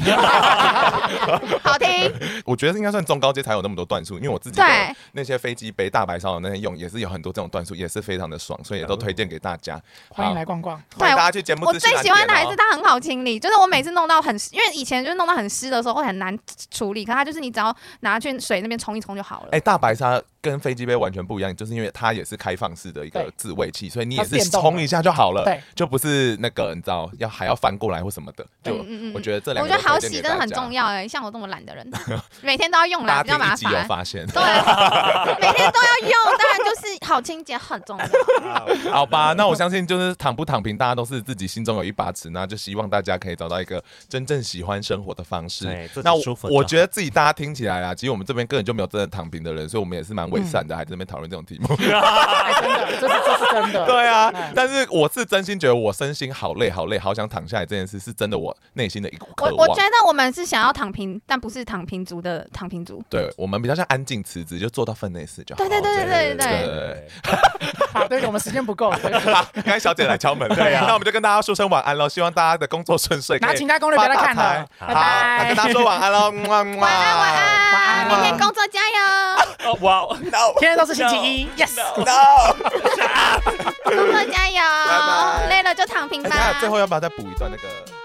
好听。
我觉得应该算中高阶才有那么多段数，因为我自己的
对
那些飞机杯、大白烧的那些用也是有很多这种段数，也是非常的爽，所以也都推荐给大家。
欢迎来逛逛。
对
欢迎大家去节目
我
资讯
最
栏
喜欢的
点
还
哦
是它很好清理，就是我每次弄到很，因为以前就是弄到很湿的时候会很难处理，可它就是你只要拿去水那边冲一冲就好了。
哎、大白鲨跟飞机杯完全不一样，就是因为它也是开放式的一个
对
自慰器，所以你也
它是
是
电动的
冲一下就好了，
对，
就不是那个你知道要还要翻过来或什么的。就
嗯嗯嗯
我觉得这两
我
个
觉
都
得好
推荐
洗
给
真的
大
很
家
重要哎、像我这么懒 的人，啊每天都要用啦，
大
比较
家第一
麻
集有
烦。
发现，
对，每天都要用，当然就是好清洁很 重要。
好吧？那我相信就是躺不躺平，大家都是自己心中有一把尺，那就希望大家可以找到一个真正喜欢生活的方式
对自。己
那我
舒服就
我
好
觉得自己大家听起来啊，其实我们这边根本就没有真的躺平的人，所以我们也是蛮伪善的，还在那边讨论这种题目。
哎，真 的，这是这是真的。
对啊
哎，
但是我是真心觉得我身心好累好累，好想躺下来这件事是真的，我内心的一股
我
渴
我
望
觉。得我们是想要躺平，但不是躺平族的躺平族。
对我们比较像安静辞职，就做到分内事就好。
对对对对对对对。
对
好，对，我们时间不够， 对
好，刚才小姐来敲门，对 啊，那我们就跟大家说声晚安喽，希望大家的工作顺遂。
拿
可以
请假攻略不要再看
发
了
大，财
拜
好，那跟
拜
大。家说晚安嗯喽，晚安
晚安晚
晚安
安，明天工作加 油，
哦哇，
天天都是星期一，yes。
工作加
拜拜
油，累了就躺平
哎等一
吧。
下
哎
最后要不要再补一段那个？